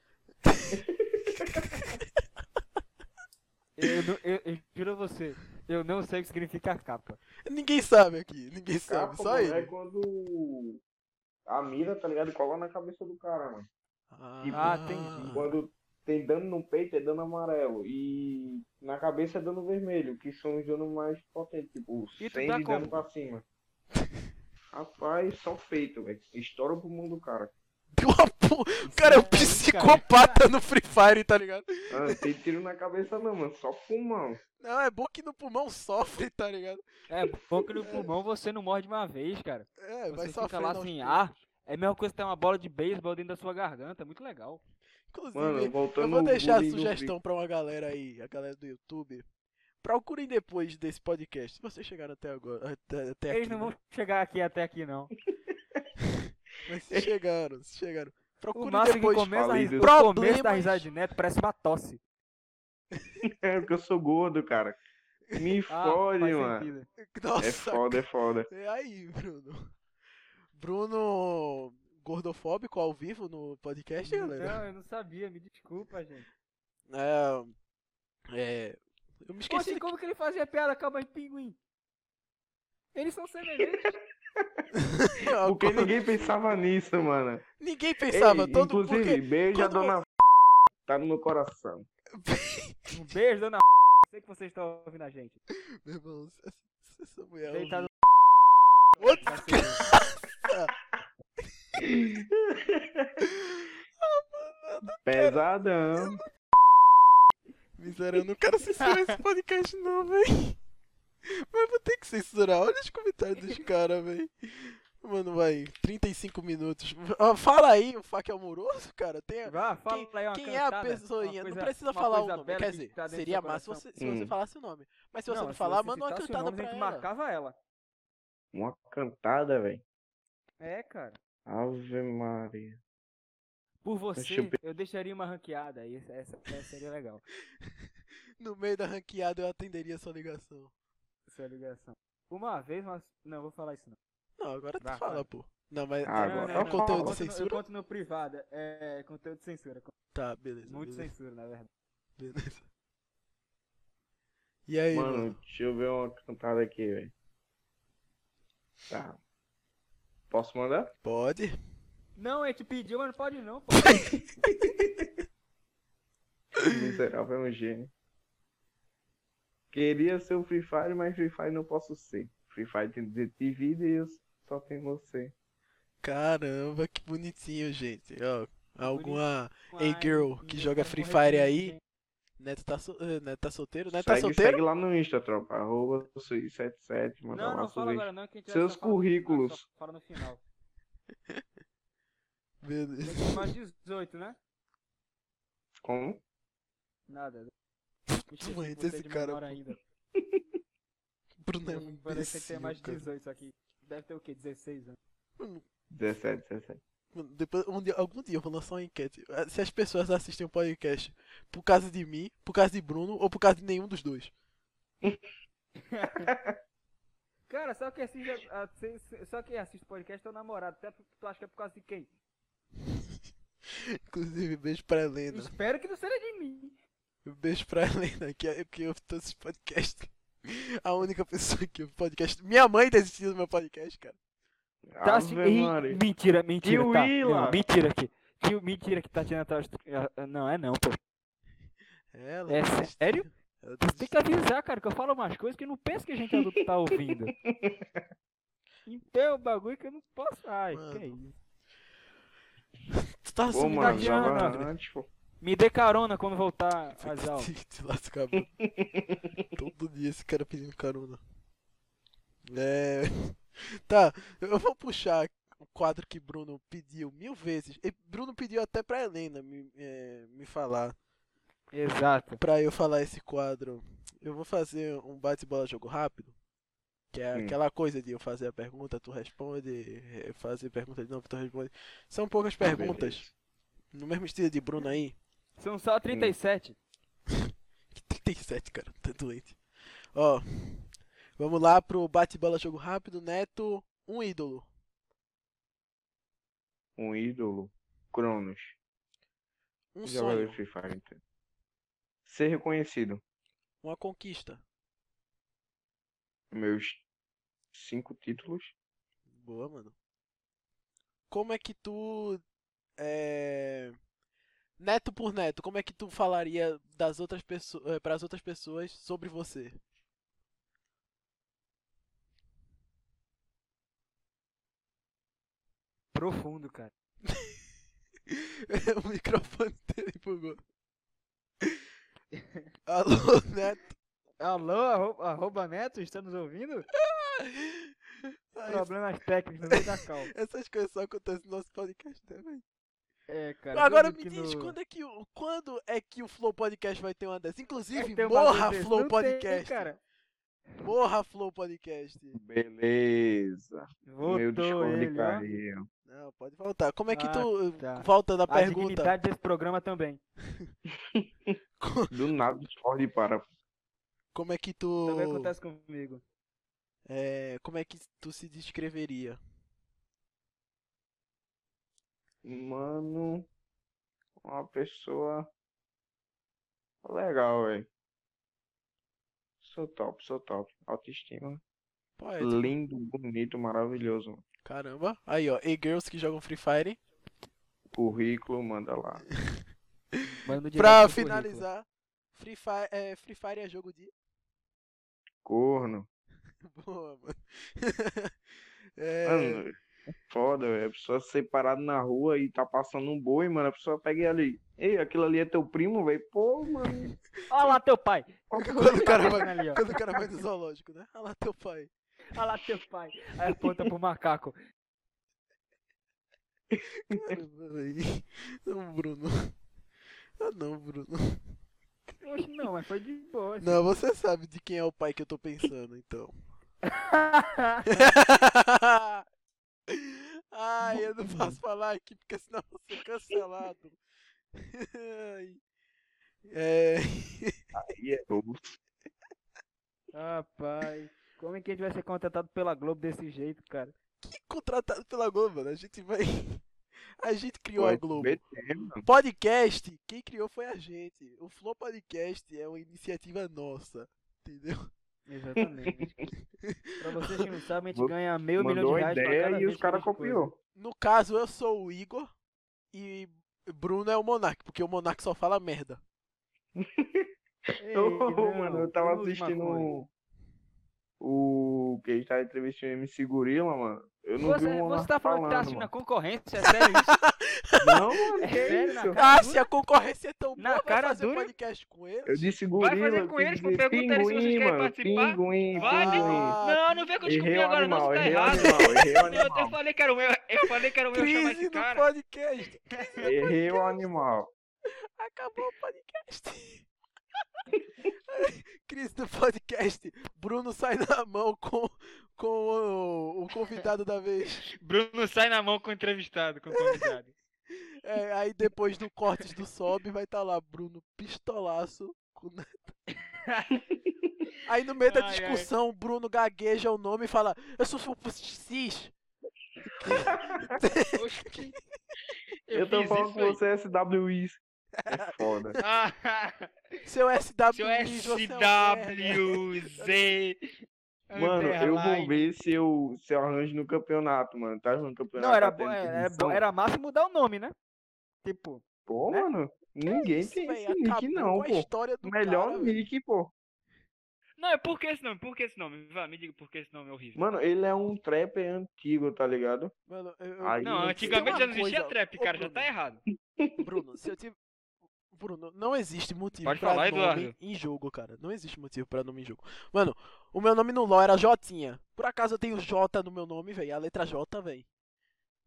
B: eu, não- eu, eu juro a você, eu não sei o que significa capa.
A: Ninguém sabe aqui, ninguém sabe, só
C: mano, é
A: ele.
C: quando a mira, tá ligado? Cola na cabeça do cara, mano.
B: Ah,
A: [LAUGHS]
B: entendi.
C: Quando tem dano no peito, é dano amarelo. E na cabeça é dano vermelho, que são os danos mais potentes. Tipo,
B: E tu
C: 100
B: dá
C: de
B: como?
C: dano pra cima. Rapaz, só feito, velho. Estoura o pulmão do cara.
A: O cara é um psicopata no Free Fire, tá ligado?
C: Ah, não tem tiro na cabeça não, mano. Só pulmão.
A: Não, é bom que no pulmão sofre, tá ligado?
B: É bom que no pulmão você não morre de uma vez, cara.
A: É, vai
B: Você
A: sofrer.
B: fica lá sem ar. É a mesma coisa que ter uma bola de beisebol dentro da sua garganta, é muito legal.
A: Inclusive,
C: Mano, voltando
A: Eu vou deixar
C: ao
A: a
C: um bullying do
A: sugestão pra uma galera aí, a galera do YouTube. Procurem depois desse podcast, se vocês chegaram até agora, até, até
B: Eles
A: aqui.
B: não
A: né?
B: vão chegar aqui até aqui não.
A: Mas se chegaram, se chegaram.
B: O
A: Procurem
B: máximo que
A: depois.
B: começa a ris-
C: falido.
B: o começo da
A: Problemas.
B: risada de neto parece uma tosse.
C: É, porque eu sou gordo, cara.
A: [LAUGHS]
C: Me
B: Ah,
C: fode,
B: faz
C: mano.
B: sentido.
A: Nossa,
C: É foda, é foda.
A: E aí, Bruno? Bruno gordofóbico ao vivo no podcast, galera?
B: Não, eu não sabia, me desculpa, gente.
A: É, é, eu me esqueci.
B: Poxa, como que ele fazia piada com a mãe pinguim? Eles são
A: [LAUGHS]
B: semelhantes. assim?
A: de-
C: Porque ninguém pensava nisso, mano.
A: Ninguém [LAUGHS] pensava,
C: Ei,
A: todo
C: Inclusive,
A: porque
C: beijo a
A: quando
C: dona [LAUGHS] Tá no meu coração.
B: Um beijo, dona. [LAUGHS] Sei que vocês estão ouvindo a gente.
A: Meu irmão, se se essa mulher. é ouvir-
B: Deitado [LAUGHS]
A: Outro
B: na cerveja.
C: Pesadão.
A: Miséria, eu não quero censurar esse podcast, não, véi. Mas vou ter que censurar. Olha os comentários dos caras, véi. Mano, vai, 35 minutos. Ah, fala aí, o Fac Amoroso, cara. Tem,
B: Vá, fala aí uma
A: quem
B: cantada,
A: é a
B: uma
A: pessoinha?
B: coisa-
A: não precisa
B: uma
A: falar o
B: coisa
A: nome.
B: bela
A: Quer
B: que
A: dizer,
B: tá dentro do
A: seria
B: seu
A: massa
B: coração.
A: se, se você
C: Hum.
A: falasse o nome. Mas se você não,
B: se
A: falar,
B: você
A: manda uma
B: citasse o
A: cantada
B: nome, a
A: pra
B: gente
A: ela.
B: marcava ela.
C: Uma cantada, velho.
B: É, cara.
C: Ave Maria.
B: Por
C: Deixa eu
B: você,
C: ver.
B: eu deixaria uma ranqueada. aí, Essa, essa, essa seria legal.
A: No meio da ranqueada eu atenderia a sua ligação.
B: Essa ligação. Uma vez, mas. Não, vou falar isso não.
A: Não, agora tu
B: Vai,
A: fala,
B: vai.
A: pô. Não, mas
C: Ah,
A: é-
B: Não,
C: agora
A: é
B: não,
A: um
B: não,
A: conteúdo
B: eu
A: de
B: conto no- Eu
A: censura?
B: conto no privado. É, conteúdo de censura.
A: Tá, beleza.
B: Muito
A: beleza,
B: censura, na verdade.
A: beleza. E aí, mano?
C: Mano, deixa eu ver uma cantada aqui, velho. Tá. Posso mandar?
A: Pode?
B: Não, a gente pediu, mas não pode não,
A: [LAUGHS]
B: pô.
C: Miserável é um gênio. Queria ser o Free Fire, mas Free Fire não posso ser. Free Fire tem 200 vida e eu só tenho você.
A: Caramba, que bonitinho, gente. Ó,
B: Tá
A: alguma
B: Ai,
A: girl que
B: meu,
A: joga
B: tá
A: Free
B: morrendo
A: Fire
B: de
A: aí?
B: gente.
A: Neto tá, sol- eh, Neto tá solteiro? Neto tá
C: segue,
A: solteiro?
C: segue lá no Insta, tropa. Arroba Suí77, manda
A: um
B: Não,
C: lá
B: não
C: sua
B: fala agora não, que a gente
C: Seus
B: só fala no final,
C: currículos.
B: só Fala no final. Tem que
A: Beleza.
B: tomar 18, né?
C: Como?
B: Nada.
A: Tu vai ter esse cara, pô. [LAUGHS]
B: ainda. Hum,
A: Bruno é um
B: Parece que tem
A: imbecil,
B: mais de
A: cara.
B: 18 isso aqui. Deve ter o quê? né? 16 anos.
C: 17, 17.
A: Mano, depois, um dia- algum dia eu vou lançar uma enquete. Ah, Se as pessoas assistem o podcast por causa de mim, por causa de Bruno ou por causa de nenhum dos dois. [LAUGHS]
B: Cara, só que assiste, a- a- se- se- só que assiste podcast é o namorado. Até tu tu acha que é por causa de quem?
A: Inclusive, beijo pra Helena.
B: Espero que não seja de mim.
A: Beijo pra Helena, que é que ouve todos os podcasts. A única pessoa que ouve podcast. Minha mãe desistiu do meu podcast, cara.
B: Tá
C: Ave
B: assim,
C: Maria.
B: mentira, mentira,
C: Tio
B: tá.
C: Willa.
B: Não, mentira aqui. Tio, mentira que tá tirando atrás. do- ah, Não, é não, pô.
A: Ela
B: É
A: desistiu.
B: sério?
A: Ela tá
B: Tu tem que avisar, cara, que eu falo umas coisas que eu não penso que a gente adulto tá
A: [LAUGHS]
B: ouvindo. Então é um bagulho que eu não posso. Ai,
A: Mano.
B: que isso.
A: Tu tá
C: Ô,
A: assumindo
C: mano,
A: a
C: já
B: Diana,
C: vai
B: André.
C: antes, pô.
B: Me dê carona quando voltar às
A: [LAUGHS]
B: aulas.
A: Te, te lascar, Bruno. Todo dia esse cara pedindo carona. É. [LAUGHS] Tá, eu vou puxar o quadro que Bruno pediu mil vezes. E Bruno pediu até pra Helena me, é, me falar.
B: Exato.
A: Pra eu falar esse quadro. Eu vou fazer um bate-bola jogo rápido. Que é
C: Hum.
A: aquela coisa de eu fazer a pergunta, tu responde, eh, fazer pergunta de novo, tu responde. São poucas perguntas.
C: Ah, Beleza.
A: No mesmo estilo de Bruno aí.
B: São só 37.
A: Que 37, cara, tá doente. Ó, vamos lá pro bate-bola jogo rápido, Neto, um ídolo.
C: Um ídolo. Cronos.
A: Um
C: Jogador
A: sonho,
C: de Free Fire, então. Ser reconhecido.
A: uma conquista.
C: Meus cinco títulos.
A: Boa, mano. Como é que tu. É... Neto por neto, como é que tu falaria das outras pessoas, para as outras pessoas sobre você? [LAUGHS]
B: Profundo, cara.
A: o microfone dele bugou. Alô, Neto.
B: Alô, arroba, arroba Neto, está nos ouvindo?
A: [LAUGHS] Ai,
B: Problemas técnicos, não da
A: [LAUGHS]
B: calma.
A: essas coisas só acontecem no nosso podcast, né, velho?
B: É, cara.
A: Agora
B: tudo
A: me
B: que
A: diz
B: no-
A: quando é que o quando é que o Flow Podcast vai ter uma dessa? Inclusive,
B: Tem um bagulho
A: morra
B: desse?
A: Flow
B: Não tem,
A: Podcast.
B: cara.
A: Morra Flow Podcast.
C: Beleza. Meu
B: Voltou
C: Discord
B: ele, ó.
C: caiu.
A: Não, pode voltar. Como é que
B: Ah,
A: tu
B: tá.
A: volta da [LAUGHS]
B: A
A: pergunta?
B: dignidade desse programa também.
C: Do nada o Discord para.
A: Como é que tu
B: Também acontece comigo.
A: é, como é que tu se descreveria?
C: Mano. Uma pessoa. Legal, velho. Sou top, sou top. Autoestima.
B: É, tipo-
A: Poético.
C: Lindo, bonito, maravilhoso.
A: Caramba. Aí, ó, e girls que jogam Free Fire.
C: Currículo, manda lá.
B: Manda direto
A: Pra
B: no currículo.
A: finalizar, Free Fire, é, Free Fire é jogo de. [LAUGHS]
C: Corno.
A: Boa, mano. [LAUGHS] É,
C: Mano, é foda, velho. A pessoa ser parada na rua e tá passando um boi, mano. A pessoa pega e ali. Ei, aquilo ali é teu primo, velho? Pô, mano.
B: Olha lá
A: [LAUGHS]
B: teu pai.
A: quando, o cara vai,
B: Ali, ó.
A: quando o cara vai no zoológico, né? Olha lá teu pai.
B: Olha lá teu pai. Aí aponta pro macaco.
A: Cara, peraí. Não, Bruno. [LAUGHS] Ah, não, Bruno.
B: Oxe, não, mas foi de boa. assim.
A: Não, você sabe de quem é o pai que eu tô pensando, então. [LAUGHS] Ai, eu não posso falar aqui porque senão eu vou ser cancelado. Ai. É,
C: E é ovo.
B: Rapaz, como é que a gente vai ser contratado pela Globo desse jeito, cara?
A: que contratado pela Globo, mano. A gente vai. [LAUGHS] A gente criou a
C: Pô,
A: Globo.
C: SBT, mano.
A: Podcast, quem criou foi a gente. O Flow Podcast é uma iniciativa nossa. Entendeu?
B: Exatamente.
C: [LAUGHS]
B: pra vocês que não sabem, a gente
C: Vo-
B: ganha meio um milhão
C: Mandou
B: de
C: a
B: reais pra cada
C: ideia e
B: vez
C: os
B: que
C: caras
B: a gente coisa.
C: copiou.
A: No caso, eu sou o Igor e Bruno é o Monark, porque o Monark só fala merda.
B: Ei,
C: [LAUGHS] Ô,
B: não,
C: mano, eu tava
B: não use
C: assistindo um-
B: maconha.
C: o- o que a gente tava entrevistando o MC Gorila, mano. Eu não vi
B: Você,
C: um
B: você
C: monarca
B: tá falando que tá
C: falando,
B: assistindo a
C: mano.
B: concorrência? É sério isso?
C: [LAUGHS] Não, mano,
B: É
C: que
B: sério, na
C: isso?
B: cara
A: Ah,
B: dura?
A: se a concorrência é tão
B: Na
A: boa, vai
B: cara
A: fazer
B: dura.
A: podcast com ele.
C: Eu disse gorila,
D: fazer
C: eu
D: com
C: quis
D: eles, pô,
C: dizer
D: pergunta eles se vocês querem
C: pinguim, mano,
D: participar.
C: Pinguim,
D: Vai,
C: pinguim.
A: Ah,
D: Não, não vem com
C: Então, Errei
D: desculpinha
C: o
D: agora, não,
C: animal,
D: você tá
C: errei o
D: errado.
C: animal, errei
B: [LAUGHS]
C: o
D: Eu até
C: animal.
D: falei que era o meu, eu falei que era o meu chamar
A: Crise
D: esse
A: no
D: cara.
A: podcast.
C: Errei o animal.
A: Acabou o podcast. [LAUGHS] Crise do podcast. Bruno sai na mão com, com o, o convidado da vez.
D: Bruno sai na mão com o entrevistado, com o convidado.
A: É, aí depois do cortes do sobe, vai estar lá Bruno pistolaço com [LAUGHS] o Neto. Aí no meio da
D: Ai, ai.
A: discussão, o Bruno gagueja o nome e fala: Eu sou sou- cis.
D: Oxe, que-
C: Eu, tô
D: fiz
C: falando
D: isso
C: que
D: aí.
C: você é SWI. É foda.
D: [LAUGHS] Ah,
A: Seu SW.
D: seu
A: mijo, seu é um merda.
D: SWZ.
B: é um
C: [LAUGHS] Mano, eu vou
D: underline.
C: ver se eu, se eu arranjo no campeonato, mano. Tá no campeonato?
B: Não, era,
C: tá
B: bo-
C: tendo
B: era, era,
C: edição.
B: bo- era massa mudar o nome, né? Tipo,
C: Pô,
B: né?
C: mano, ninguém
A: Isso,
C: tem
A: véi,
C: esse nick
A: acabou
C: não,
A: com a
C: pô.
A: história do
C: Melhor
A: cara, véi.
C: nick, pô.
D: Não, é por que esse nome? Por que esse nome? Vá, me diga por que esse nome é horrível.
C: Mano, ele é um trapper antigo, tá ligado?
A: Mano, eu- eu-
C: Aí-
D: Não,
C: Tem
D: antigamente
A: uma
D: já não existia
A: coisa-
D: trap,
A: Ô,
D: cara, já
A: Bruno.
D: tá errado.
A: Bruno, se eu tive. Bruno, não existe motivo
D: Pode
A: pra
D: falar,
A: nome
D: Eduardo.
A: em jogo, cara. Não existe motivo pra nome em jogo. Mano, o meu nome no LoL era Jotinha. Por acaso eu tenho J no meu nome, velho. A letra J, velho.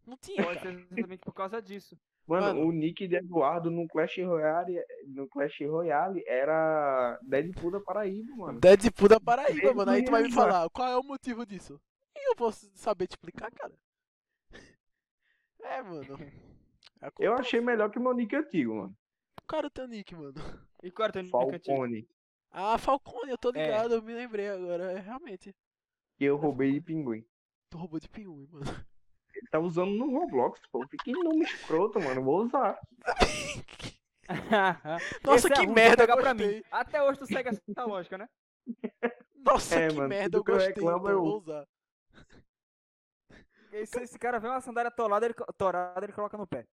A: Não tinha,
B: pode
A: cara.
B: ser exatamente por causa disso.
C: Mano,
A: Mano.
C: o nick de Eduardo no Clash Royale, no Clash Royale era Deadpool da Paraíba, mano.
A: Deadpool da Paraíba, mano. Aí tu vai me
C: Deadpool.
A: falar, qual é o motivo disso? E eu vou saber te explicar, cara. [LAUGHS] É, mano.
B: [LAUGHS]
A: Acontece.
C: Eu achei melhor que meu nick antigo, mano.
A: Cara, o teu nick, mano.
B: E qual era o teu nick antigo?
C: Falcone.
A: Ah, Falcone, eu tô
B: É.
A: ligado, eu me lembrei agora. É realmente.
C: Que eu roubei de pinguim.
A: Tu roubou de pinguim, mano.
C: Ele tá usando no Roblox, pô. Que nome escroto, mano. Vou usar.
A: Nossa,
B: [LAUGHS] Esse é
A: que
B: ruim,
A: merda,
B: vou pegar pra
A: gostei.
B: mim. Até hoje tu segue essa lógica, né?
A: Nossa,
C: É,
A: que
C: mano,
A: merda,
C: tudo
A: eu
C: que eu
A: gostei,
C: reclamo,
A: então
C: eu
A: vou
C: uso.
A: usar.
B: [LAUGHS] Esse, esse cara vê uma sandália torada, ele, co- torada, ele coloca no pé.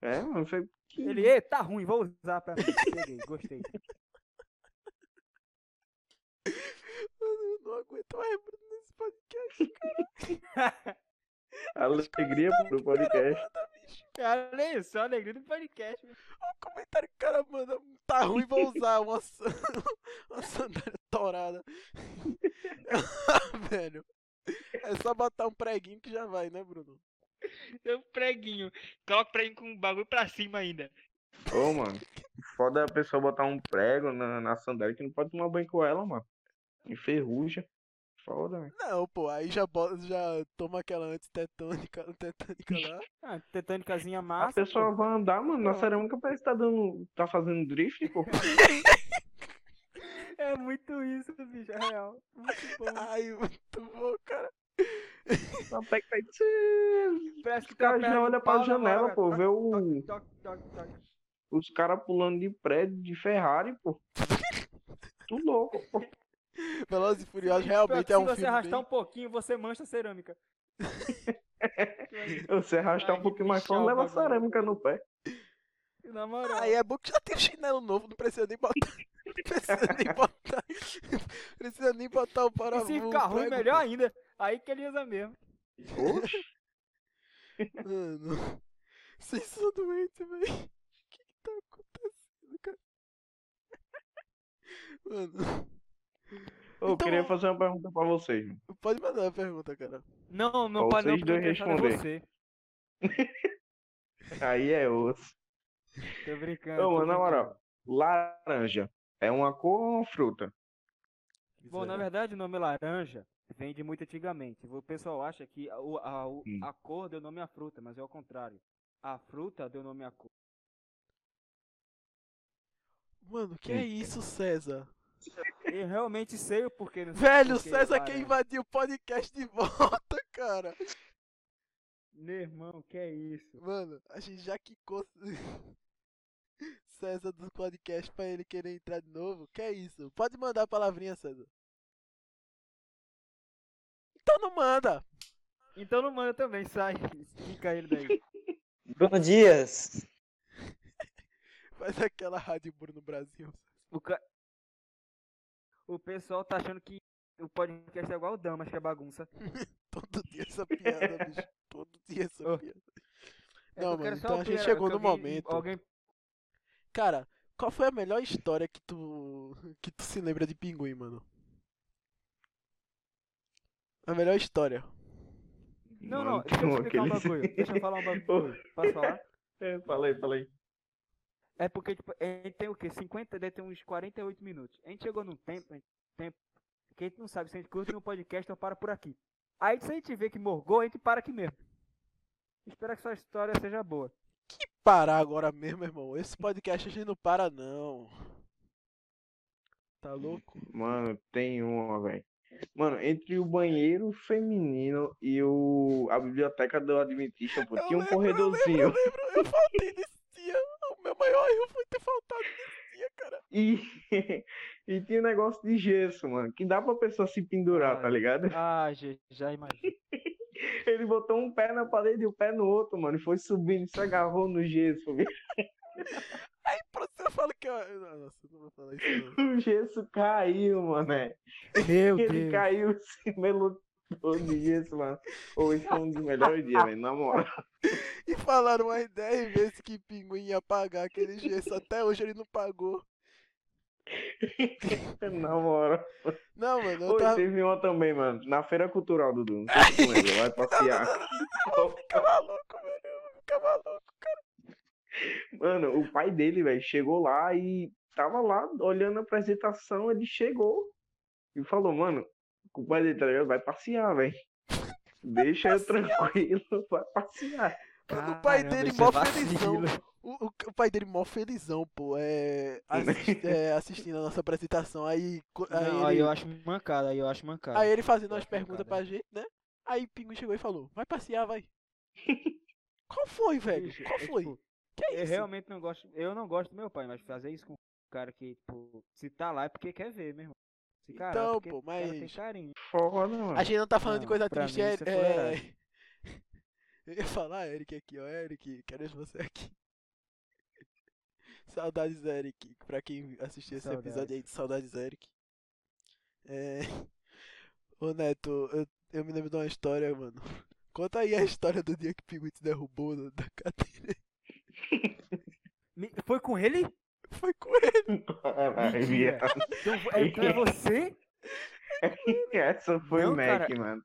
C: É, mano. Foi... Que...
B: Ele, ei, tá ruim, vou usar pra mim. Peguei,
D: [LAUGHS]
B: gostei.
A: Eu não aguento mais Bruno, nesse podcast.
C: Alegria pro podcast.
B: Cara, olha isso, a alegria do podcast.
A: O Tá um comentário que o cara manda tá ruim, [LAUGHS] vou usar uma, san- [LAUGHS] uma sandália torada. [LAUGHS] Velho, é só botar um preguinho que já vai, né, Bruno?
D: Seu um preguinho. Coloca o preguinho com o bagulho pra cima ainda.
C: Ô, mano. Foda a pessoa botar um prego na, na sandália que não pode tomar banho com ela, mano. Enferruja. Foda, velho.
A: Não, pô, aí já, bota, já toma aquela antitetânica tetânica lá. [LAUGHS]
B: Ah, tetânicazinha
C: A
B: massa.
C: pessoa
B: pô.
C: vai andar, mano, na
B: Pronto.
C: cerâmica parece que tá dando. tá fazendo drift,
B: [LAUGHS]
C: pô.
B: É muito isso, bicho, é real. Muito
C: [LAUGHS]
B: bom.
A: Ai, muito bom, cara.
C: Ela pega e tá-
B: Parece
C: Os
B: tua
C: caras
B: perna
C: já
B: de
C: olham pra
B: pau, na Tá moral,
C: janela,
B: cara.
C: pô,
B: Toc,
C: vê o,
B: toc, toc, toc, toc.
C: os caras pulando de prédio de Ferrari, pô. Tudo louco,
B: [LAUGHS]
C: pô.
A: Velozes e Furiosos
B: Pior
A: realmente
B: que
A: é
B: se
A: um
B: você
A: filme
B: arrastar
A: bem...
B: um pouquinho, você mancha a
C: [LAUGHS]
B: cerâmica.
C: Se arrastar
B: Ai,
C: um pouquinho mais
B: bichão,
C: fora, leva a
B: é um bagulho.
C: cerâmica no pé.
B: Na moral.
A: Aí é bom que já tem chinelo novo, não precisa nem botar. [LAUGHS] Não precisa nem botar. [LAUGHS] não precisa nem botar o
B: E
A: parafuso.
B: se ficar ruim, melhor ainda. Aí que ele usa mesmo.
C: Oxe,
A: [LAUGHS] Mano. Vocês são doentes, velho. O que que tá acontecendo, cara? [LAUGHS] Mano.
C: eu
A: Então-
C: queria fazer uma pergunta pra vocês, mano.
A: Pode mandar a pergunta, cara.
B: Não,
C: Só
B: não pode não,
C: vocês
B: porque eu
C: dois
B: tô pensando em você.
C: Aí é osso.
B: Tô brincando.
C: Ô,
B: tô
C: mano, na
B: brincando.
C: moral, laranja é uma cor ou uma fruta?
B: Bom,
A: é.
B: na verdade, o nome laranja vem de muito antigamente. O pessoal acha que a, o- a, o-
C: Hum.
B: a cor deu nome à fruta, mas é o contrário. A fruta deu nome à cor.
A: Mano, que é isso, César?
B: Eu realmente sei o porquê. não sei
A: Velho,
B: porquê,
A: César quer
B: laranja.
A: invadir o podcast de volta, cara.
B: Meu irmão, que é isso?
A: Mano, a gente já quicou [LAUGHS] César do podcast pra ele querer entrar de novo. Que é isso? Pode mandar a palavrinha, César. Então não manda!
B: Então não manda também, sai. [LAUGHS] Fica ele daí.
E: Bruno Dias.
A: Faz aquela Rádio Bruno Brasil.
B: O, ca- o pessoal tá achando que o podcast é igual o Damas, que é bagunça.
A: Todo dia essa piada, bicho. Todo dia essa
B: Ô.
A: piada.
B: É
A: Não,
B: que eu quero
A: mano,
B: só
A: então a gente
B: opinar,
A: chegou
B: que
A: no
B: alguém-
A: momento.
B: Alguém...
A: Cara, qual foi a melhor história que tu que tu se lembra de pinguim, mano? A melhor história.
B: Não,
C: Mano,
B: não, deixa eu
C: como
B: explicar um
C: aqueles-
B: bagulho. Deixa eu falar
A: [LAUGHS]
B: um bagulho. Posso falar?
C: É, falei, falei.
B: É porque, tipo, a gente tem o quê? 50, deve ter uns 48 minutos. A gente chegou num tempo, tempo que a gente não sabe se a gente curte um podcast ou para por aqui. Aí se a gente vê que morgou, a gente para aqui mesmo. Espero que sua história seja boa.
A: parar agora mesmo, irmão. Esse podcast a gente não para, não. Tá louco?
C: Mano, tem uma, velho. Mano, entre o banheiro feminino e o... a biblioteca do Adventista, pô,
A: Eu
C: tinha um
A: lembro, eu lembro, eu
C: corredorzinho.
A: lembro. Eu faltei nesse dia. O meu maior erro foi ter faltado nesse dia, cara.
C: [LAUGHS] E... e tinha um negócio de gesso, mano, que dá pra pessoa se pendurar, tá
B: Ai.
C: ligado? [LAUGHS]
B: Ah, já,
A: [LAUGHS]
B: já imagino.
C: Ele botou um pé na parede e o pé no outro, mano, e foi subindo, se agarrou no gesso. velho.
A: Aí pra você eu falo que eu... Nossa, eu não vou falar isso não.
C: [LAUGHS] O gesso caiu, mano. é.
B: Meu
C: [LAUGHS] Ele
B: Deus.
C: caiu, se melotou de gesso, mano. Ou esse foi um dos melhores dias, velho, na moral.
A: [LAUGHS]
C: [LAUGHS]
A: E falaram umas 10 vezes que pinguim ia pagar aquele gesso. Até hoje ele não pagou.
C: Na moral.
A: Não, mano, eu [LAUGHS]
C: Oi,
A: tava...
C: teve uma também, mano. Na Feira Cultural, Dudu. Não sei se tu lembra,
B: [LAUGHS]
C: vai passear.
A: Fica maluco, velho. Fica maluco.
C: Mano, o pai dele, velho, chegou lá e tava lá olhando a apresentação. Ele chegou e falou, mano, o pai dele, tá ligado? Vai passear, velho. Deixa eu tranquilo, [LAUGHS] vai passear.
A: O pai
B: Caramba,
A: dele
B: isso é
A: mó
B: vacilo.
A: felizão. O, o- o pai dele, mó felizão, pô, [LAUGHS] é, assis- é, assistindo a nossa apresentação. Aí, co- aí,
B: Não, aí
A: ele,
B: eu acho mancada, aí eu acho mancada.
A: aí ele fazendo
B: eu
A: umas
B: acho
A: perguntas
B: mancada.
A: pra gente, né? Aí Pinguim chegou e falou: Vai passear,
B: [LAUGHS]
A: vai. Qual foi, velho?
B: Bicho,
A: Qual
B: é,
A: foi?
B: tipo,
A: Que é
B: Eu
A: isso?
B: realmente não gosto. Eu não gosto do meu pai, mas fazer isso com o cara que, tipo, se tá lá é porque quer ver, meu irmão. Se caralho,
A: Então,
B: porque
A: pô,
B: o cara tem
A: mas-
B: carinho.
C: Foda, mano. [LAUGHS]
A: A gente não tá falando de
B: Não,
A: coisa
B: pra
A: triste,
B: mim
A: é.
B: isso
A: [LAUGHS]
B: é
A: é-
B: fuleiragem.
A: Eu ia falar, Eric, aqui, ó. Eric, quero você aqui. [LAUGHS] Saudades, Eric. Pra quem assistiu esse episódio aí de Saudades, Eric. É... [LAUGHS] Ô, Neto, eu, eu me lembro de uma história, mano. Conta aí a história do dia que o Pinguim te derrubou da- da cadeira. [LAUGHS]
B: Me- Foi com ele?
A: Foi com ele.
C: Vai,
B: Mentira.
C: viado. [LAUGHS]
B: Então, vo- é- então é você?
C: Essa foi
B: Não,
C: o Mac,
B: cara.
C: mano.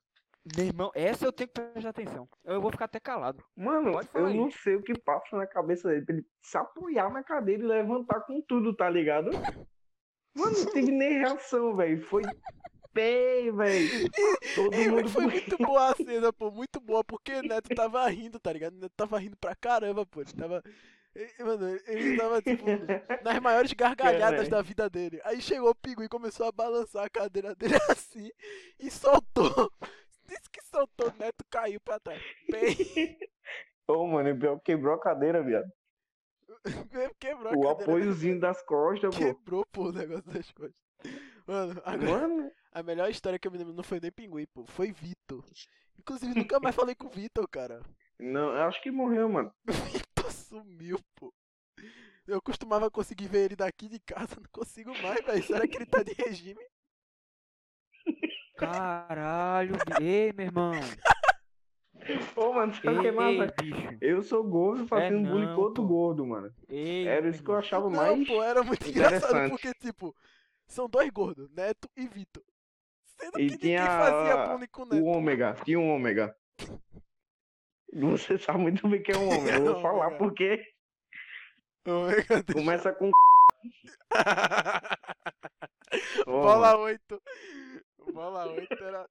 B: Meu irmão, essa eu tenho que prestar atenção. Eu vou ficar até calado.
C: Mano,
B: Pode falar
C: eu
B: aí.
C: não sei o que passa na cabeça dele. pra Ele se apoiar na cadeira e levantar com tudo, tá ligado? Mano, não teve nem reação, velho. Foi bem, velho.
A: [LAUGHS]
C: Todo
A: E
C: mundo
A: foi muito boa a cena, pô, muito boa, porque o Neto tava rindo, tá ligado? O Neto tava rindo pra caramba, pô. Ele tava. e- Mano, ele tava, tipo, nas maiores gargalhadas
C: Caralho.
A: da vida dele. Aí chegou o pinguim e começou a balançar a cadeira dele [LAUGHS] assim e soltou. Disse que soltou, o Neto caiu pra trás. Bem,
C: [LAUGHS] Ô, mano, e pior que quebrou a cadeira, viado.
A: bem, quebrou
C: O
A: a cadeira.
C: apoiozinho das costas, pô.
A: Quebrou, pô, o negócio das costas. Mano, agora.
C: Mano,
A: A melhor história que eu me lembro não foi nem pinguim, pô, foi Vitor. Inclusive, nunca mais falei com o Vitor, cara.
C: não, eu acho que morreu, mano.
A: Vitor sumiu, pô. Eu costumava conseguir ver ele daqui de casa, [LAUGHS] não consigo mais, velho. Será que ele tá de regime?
B: Caralho, bi- ei, meu
C: [LAUGHS]
B: irmão.
C: Ô, mano, sabe o que é
B: Ei,
C: massa?
B: bicho.
C: Eu sou
A: É
C: gordo fazendo
B: não,
C: bullying com outro
B: pô.
C: gordo, mano.
B: Ei,
C: Era
B: meu
C: isso que eu
B: irmão.
C: achava
A: não,
C: mais.
A: pô, era muito engraçado
C: interessante.
A: porque, tipo, são dois gordos, Neto e Vitor. Sendo
C: E
A: que ninguém
C: tinha
A: fazia
C: a-
A: bullying com o Neto. [LAUGHS]
C: O ômega, tinha um ômega. Você sabe muito bem
B: [LAUGHS]
C: que é um ômega. Eu
A: Ômega.
C: vou falar porque
A: Ômega de-
C: começa
B: [LAUGHS]
C: com
A: Bola 8. Bola 8 era.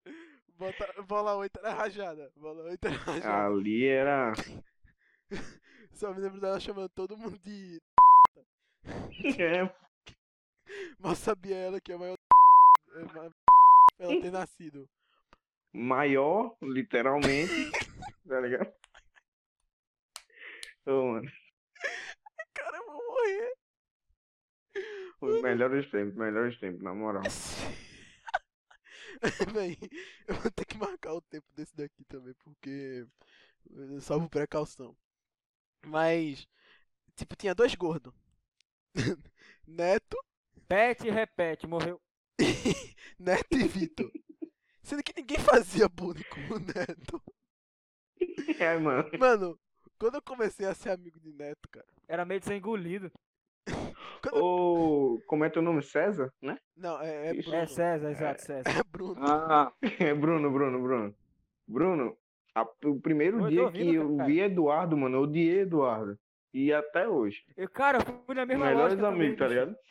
A: Bota... Bola 8 era rajada. Bola 8 era rajada.
C: Ali era. Ah.
A: Só me lembro dela chamando todo mundo de.
C: É,
A: Mal sabia ela que é a maior. [LAUGHS] é ma- [LAUGHS] Ela tem nascido.
C: maior,
B: [LAUGHS]
C: literalmente. tá ligado? Ô, mano,
A: Cara, eu vou morrer.
C: os melhores tempos, melhores tempos,
B: [LAUGHS]
C: na moral.
A: [LAUGHS] Bem, eu vou ter que marcar o tempo desse daqui também, porque. eh, Só por precaução. Mas. Tipo, tinha dois gordos. [LAUGHS] Neto,
B: Pet repete, morreu.
A: Neto e Vitor. Sendo que ninguém fazia bullying com o Neto.
C: É, mano.
A: Mano, quando eu comecei a ser amigo de Neto, cara.
B: Era meio de ser engolido.
C: Ô, como é teu nome? César, né?
A: Não, é, é
C: Ixi.
A: Bruno.
B: É César, exato, César.
A: É Bruno.
E: Ah,
C: [LAUGHS] É Bruno, Bruno, Bruno. Bruno, a- o primeiro
B: Eu tô
C: dia
B: ouvindo,
C: que eu
B: cara.
C: vi Eduardo, mano, eu odiei Eduardo. E até hoje.
B: Eu, cara, eu fui na mesma
C: Melhores
B: lógica
C: amigos, tá
B: também, bicho.
C: ligado?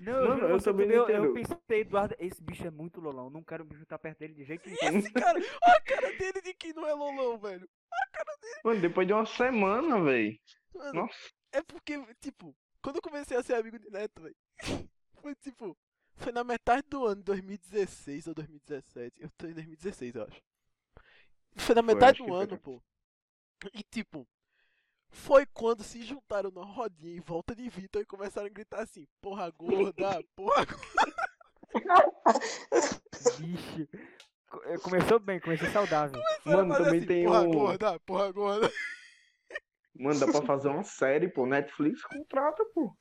B: Não, eu,
C: Mano,
B: juro,
C: eu
B: você
C: também
B: também,
C: não
B: eu, eu
C: entendo.
B: pensei, Eduardo, esse bicho é muito lolão, não quero me juntar perto dele de jeito nenhum.
C: [LAUGHS]
A: Esse cara, olha a cara dele de quem não é Lolão, velho.
C: Mano, depois de uma semana, velho.
A: Mano,
C: Nossa.
A: é porque, tipo, quando eu comecei a ser amigo de Neto, velho. [LAUGHS] Foi tipo. Foi na metade do ano, 2016 ou 2017. Eu tô em 2016, eu acho. Foi na metade
C: acho que
A: do
C: foi
A: ano, pô. E tipo. Foi quando se juntaram numa rodinha em volta de Vitor e começaram a gritar assim: Porra
C: [LAUGHS]
A: gorda, porra
B: Bicho. Co- eh, Começou bem, começou saudável.
A: Mano,
C: Mano, também tem
A: assim, porra
C: um-
A: gorda, porra gorda. [LAUGHS]
C: Mano, dá pra fazer uma série, pô. Netflix contrata, pô.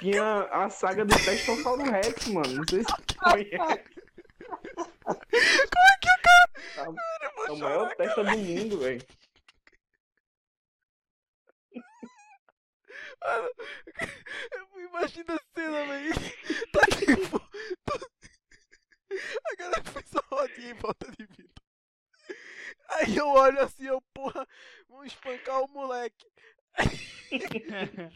C: Tinha a saga do Testossauro Rex, mano. Não sei se tu conhece. Como é que é, É o maior testa do mundo, velho.
A: Imagina a cena, velho. [LAUGHS] Tá tipo. tá- [LAUGHS] A galera fez uma rodinha em volta de Vitor. Aí eu olho assim, eu, porra, vão espancar o moleque. é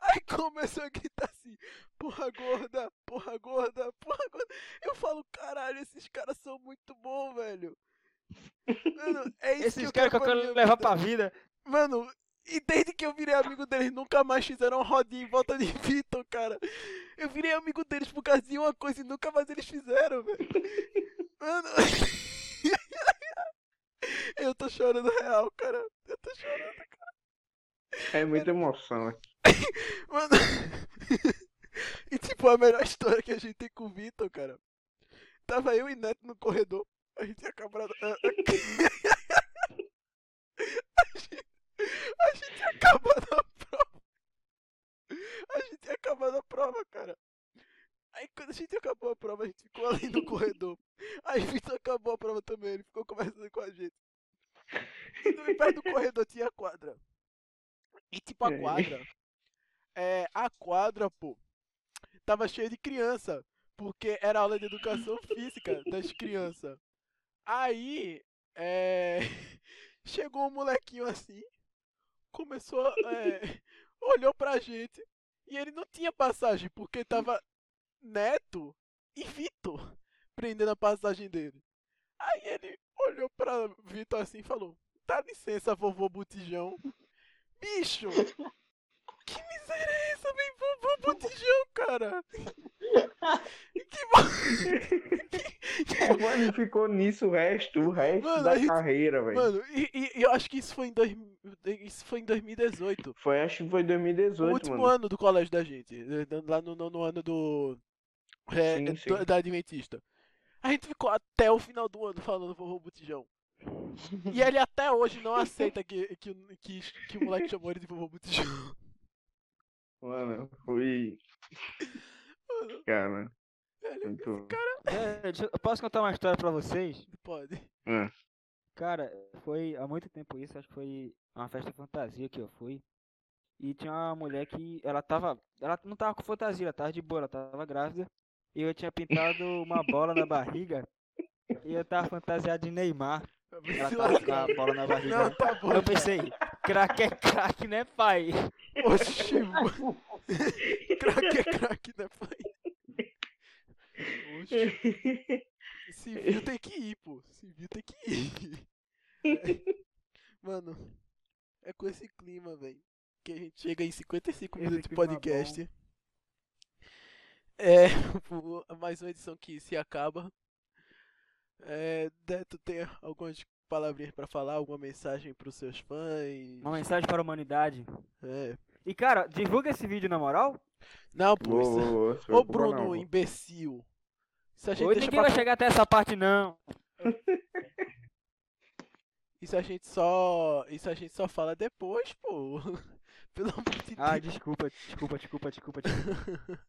A: Aí começou a gritar assim, porra gorda, porra gorda, porra gorda. Eu falo, caralho, esses caras são muito bons, velho. Mano, é isso que
B: Esses
A: eu quero
B: caras que eu
A: pra
B: quero
A: minha
B: levar
A: vida.
B: pra vida.
A: Mano, e desde que eu virei amigo deles, nunca mais fizeram uma rodinha em volta de [LAUGHS] Vitor, cara. Eu virei amigo deles por causa de uma coisa e nunca mais eles fizeram, velho. Mano. [LAUGHS] Eu tô chorando real, cara. Eu tô chorando.
C: É muita
A: [LAUGHS]
C: emoção, velho.
A: Mano. [LAUGHS] E tipo, a melhor história que a gente tem com o Vitor, cara. Tava eu e Neto no corredor. A gente tinha Ah, acabado. a- a- A gente- a gente tinha acabado a prova. A gente tinha acabado a prova, cara. Aí quando a gente acabou a prova, a gente ficou ali no corredor. Aí o Vitor acabou a prova também, ele ficou conversando com a gente. E perto do corredor tinha a quadra. E tipo, a
C: É.
A: quadra. É, a quadra, pô, tava cheia de criança. Porque era aula de educação física das crianças. Aí, é. [LAUGHS] Chegou um molequinho assim, começou. a- é, [LAUGHS] olhou pra gente. E ele não tinha passagem, porque tava Neto e Vitor prendendo a passagem dele. Aí ele olhou pra Vitor assim e falou: Dá licença, vovô Botijão. [LAUGHS] Bicho! Que miséria é essa, vem vovô Botijão, cara? Que bo-
C: Mano, e ficou nisso o resto, o resto
A: Mano, a
C: da
A: gente-
C: carreira, velho.
A: Mano, e, e- e eu acho que isso foi em, dois, isso foi em 2018.
C: Foi, acho que foi
A: O
C: 2018,
A: último
C: mano.
A: ano do colégio da gente. eh, Lá no nono ano do. é,
C: Sim,
A: do-
C: sim.
A: Da Adventista. A gente ficou até o final do ano falando vovô Botijão. E ele até hoje não aceita que, que, que, que o moleque chamou ele de vovô botijão. [LAUGHS]
C: Mano, foi. Cara,
A: Ele
C: muito.
B: É, deixa eu- eu posso contar uma história pra vocês?
A: pode.
B: Cara, foi há muito tempo isso, acho que foi uma festa fantasia que eu fui. E tinha uma mulher que ela tava. Ela não tava com fantasia, ela tava de boa, ela tava grávida. E eu tinha pintado uma bola na barriga. E eu tava fantasiado de Neymar. Ela
A: Se
B: tava com
A: lascar.
B: a bola na barriga.
A: Não, tá bom.
B: Eu pensei, craque é craque, né, pai? [LAUGHS]
A: Oxi, mano. crack é crack, né, pai? Oxi. Se viu, tem que ir, pô. Se viu, tem que ir. É. Mano, é com esse clima, velho. Que a gente chega em 55
B: Esse
A: minutos de
B: clima
A: podcast. É, [LAUGHS] o- mais uma edição que se acaba. É, Deto, tem algumas palavrinhas pra falar? Alguma mensagem pros seus fãs?
B: Uma mensagem para a humanidade.
A: É.
B: E cara, divulga esse vídeo na moral.
A: Não, pô.
C: Ô,
A: isso-
C: ô, ô, se
A: Ô
C: preocupa
A: Bruno,
C: não, pô.
A: imbecil. Isso a gente
B: Hoje
A: deixa
B: ninguém
A: pra...
B: vai chegar até essa parte, não.
A: Isso a gente só. Isso a gente só fala depois, pô. [LAUGHS] Pelo amor de Deus.
B: Ah, desculpa, desculpa, desculpa, desculpa, desculpa.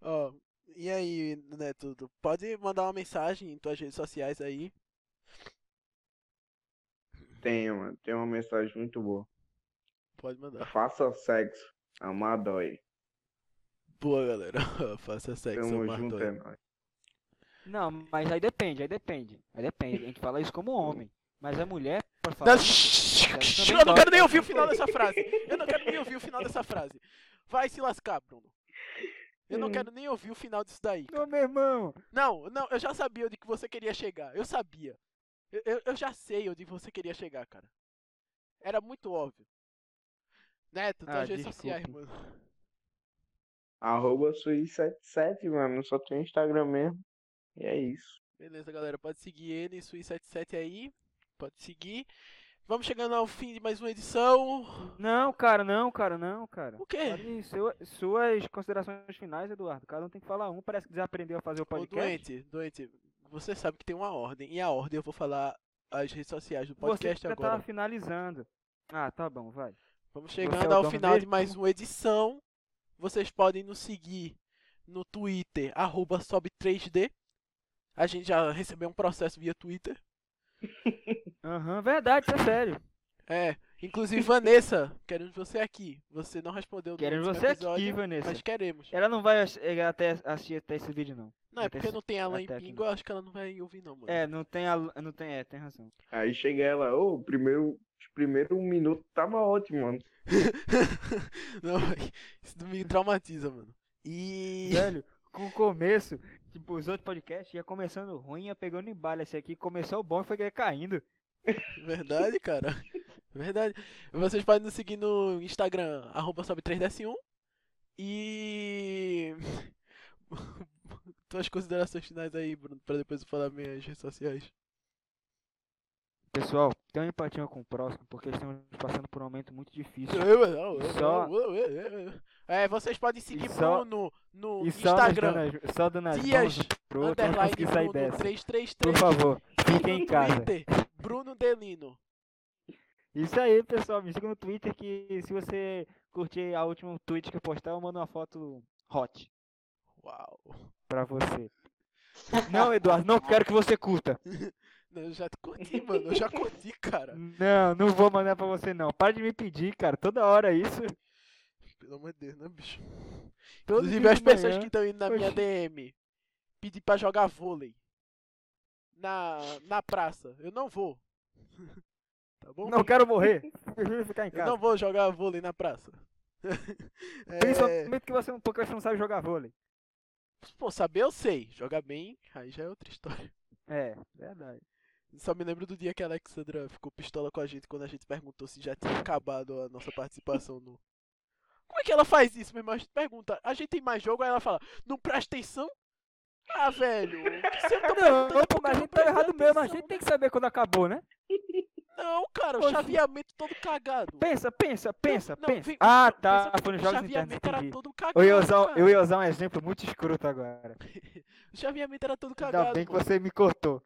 A: Ó, e aí, Neto, tu pode mandar uma mensagem em tuas redes sociais aí.
C: Tem, mano. Tem uma mensagem muito boa.
A: Pode mandar.
C: Faça sexo. Amar dói.
A: Boa, galera. [LAUGHS] Faça sexo,
C: Tamo
A: Martoni.
C: junto, é nóis.
B: Não, mas aí depende, aí depende. Aí depende. A gente fala isso como homem. Mas a mulher, pode falar.
A: Não,
B: isso,
A: shh,
B: Ela
A: shh,
B: também
A: eu não quero
B: gosta.
A: nem ouvir o final dessa frase. Eu não quero nem ouvir o final dessa frase. Vai se lascar, Bruno. Eu
B: Hum.
A: não quero nem ouvir o final disso daí.
B: Ô, meu irmão.
A: Não, não, eu já sabia onde que você queria chegar. Eu sabia. Eu, eu, eu já sei onde você queria chegar, cara. Era muito óbvio. Neto, então tuas
B: Ah,
A: redes
B: desculpa.
A: sociais, mano.
C: Arroba Sui77, mano. Só tem Instagram mesmo. E é isso.
A: Beleza, galera. Pode seguir ele, Sui77 aí. Pode seguir. Vamos chegando ao fim de mais uma edição.
B: Não, cara, não, cara, não, cara.
A: O quê?
B: Olha, sua- suas considerações finais, Eduardo. Cada um tem que falar um. Parece que desaprendeu a fazer o
A: Ô,
B: podcast.
A: doente, doente. Você sabe que tem uma ordem. E a ordem eu vou falar as redes sociais do
B: Você
A: podcast
B: já tá
A: agora.
B: tava finalizando. Ah, tá bom, vai.
A: Vamos
B: é o
A: chegando ao
B: dono
A: final
B: dele?
A: de mais uma edição. Vocês podem nos seguir no Twitter, arroba sobe3D. A gente já recebeu um processo via Twitter.
B: Aham, verdade, isso é sério.
A: É,
B: [LAUGHS]
A: inclusive Vanessa, queremos você aqui. Você não respondeu no
B: Queremos
A: último
B: você
A: episódio,
B: aqui, Vanessa.
A: mas queremos.
B: Ela não vai ass- eh, até assistir até esse vídeo, não.
A: Não, é porque não tem ela em
B: até aqui
A: Pingo, eu acho que ela não vai ouvir não, mano.
B: É, não tem a, não tem, é, tem razão.
C: Aí chega ela, ô, o primeiro, os primeiros um minuto tava ótimo, mano.
A: [LAUGHS] não, véi, isso me traumatiza, mano. E...
B: Velho, com o começo, tipo, os outros podcasts ia começando ruim, ia pegando embalo. Esse aqui começou bom e foi caindo.
A: Verdade, cara. [LAUGHS] Verdade. Vocês podem nos seguir no Instagram, arroba sobe3ds1. E. [LAUGHS] Tuas considerações finais aí, Bruno, pra depois eu falar minhas redes sociais.
B: Pessoal, tenham empatia com o próximo, porque estamos passando por um momento muito difícil. só-
A: É, vocês podem seguir
B: E só-
A: Bruno no
B: E só
A: Instagram,
B: dando as, só dando as
A: Dias,
B: mãos pro outro, vamos
A: underline
B: conseguir sair dessa. Por
A: Bruno333.
B: favor,
A: e
B: fiquem
A: no
B: em casa.
A: Twitter, Bruno Delino.
B: Isso aí, pessoal, me sigam no Twitter que se você curtir a última tweet que eu postar, eu mando uma foto hot
A: Uau.
B: pra você. Não, Eduardo, não quero que você curta.
A: Não, Eu já curti, mano. Eu já curti, cara.
B: Não, não vou mandar pra você, não. Para de me pedir, cara, toda hora isso.
A: Pelo amor de Deus, né, bicho?
B: Todo
A: Inclusive
B: dia
A: as
B: de
A: pessoas
B: manhã.
A: que estão indo na minha
B: Oxi.
A: DM pedir pra jogar vôlei na, na praça. Eu não vou. [LAUGHS] tá bom?
B: Não quero morrer. [LAUGHS] Prefiro ficar em
A: Eu
B: casa.
A: não vou jogar vôlei na praça. [LAUGHS] É,
B: Principalmente que você é um pouco você não sabe jogar vôlei.
A: Pô, saber eu sei. Jogar bem, aí já é outra história.
B: É, verdade.
A: Só me lembro do dia que a Alexandra ficou pistola com a gente quando a gente perguntou se já tinha acabado a nossa participação no. Como é que ela faz isso, meu irmão? A gente pergunta, a gente tem mais jogo, aí ela fala, não presta atenção? Ah, velho, se eu tô
B: Não,
A: perguntando é porque
B: mas Então, a
A: eu
B: gente
A: não
B: tá errado
A: prestei
B: mesmo, a
A: atenção,
B: gente tem que saber quando acabou, né?
A: Não, cara, o
B: Oxi.
A: chaveamento todo cagado.
B: Pensa, pensa, pensa,
A: não,
B: pensa.
A: vem-
B: ah,
A: não,
B: tá,
A: pensa-
B: foi nos
A: O
B: jogos internos,
A: chaveamento era
B: entendi.
A: todo cagado.
B: Eu ia, usar,
A: cara. Tá
B: eu ia usar um exemplo muito escroto agora.
A: O chaveamento era todo
B: Ainda
A: cagado.
B: bem que
A: pô.
B: você me cortou.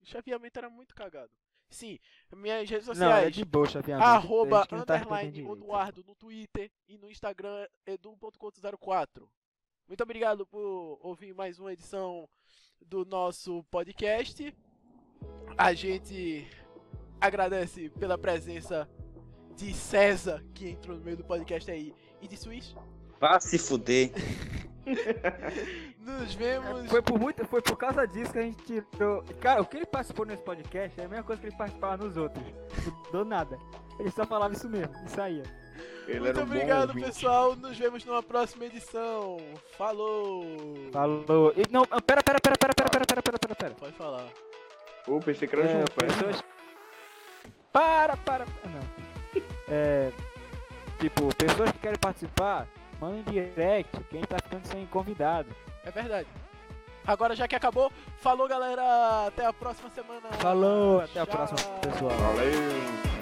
A: O chaveamento era muito cagado. Sim, minhas redes
B: Não, é
A: sociais.
B: de boa, Xavier.
A: arroba
B: que não tá
A: underline
B: entendendo direito.
A: Eduardo no Twitter e no Instagram edu.conto04. Muito obrigado por ouvir mais uma edição do nosso podcast. A gente agradece pela presença de César, que entrou no meio do podcast aí, e de Suíça.
E: Vá se fuder.
A: Nos vemos.
B: Foi por, muito, foi por causa disso que a gente tirou. Cara, o que ele participou nesse podcast é a mesma coisa que ele participava nos outros. Não deu nada. Ele só falava isso mesmo, isso aí.
C: Ele
A: Muito
C: era um bom
A: obrigado,
C: ouvinte.
A: pessoal. Nos vemos numa próxima edição. Falou!
B: Falou. E, não, ah, pera, pera, pera, pera, pera, pera, pera, pera, pera, pera.
A: Pode falar.
C: Ô, pensei que era
B: É,
C: junto, né?
B: pessoas- Para, para. Não. É. Tipo, pessoas que querem participar, mandem direct, que a gente tá ficando sem convidado.
A: É verdade. Agora já que acabou, falou galera, até a próxima semana.
B: Falou, até a
A: Tchau.
B: próxima, pessoal.
C: Valeu!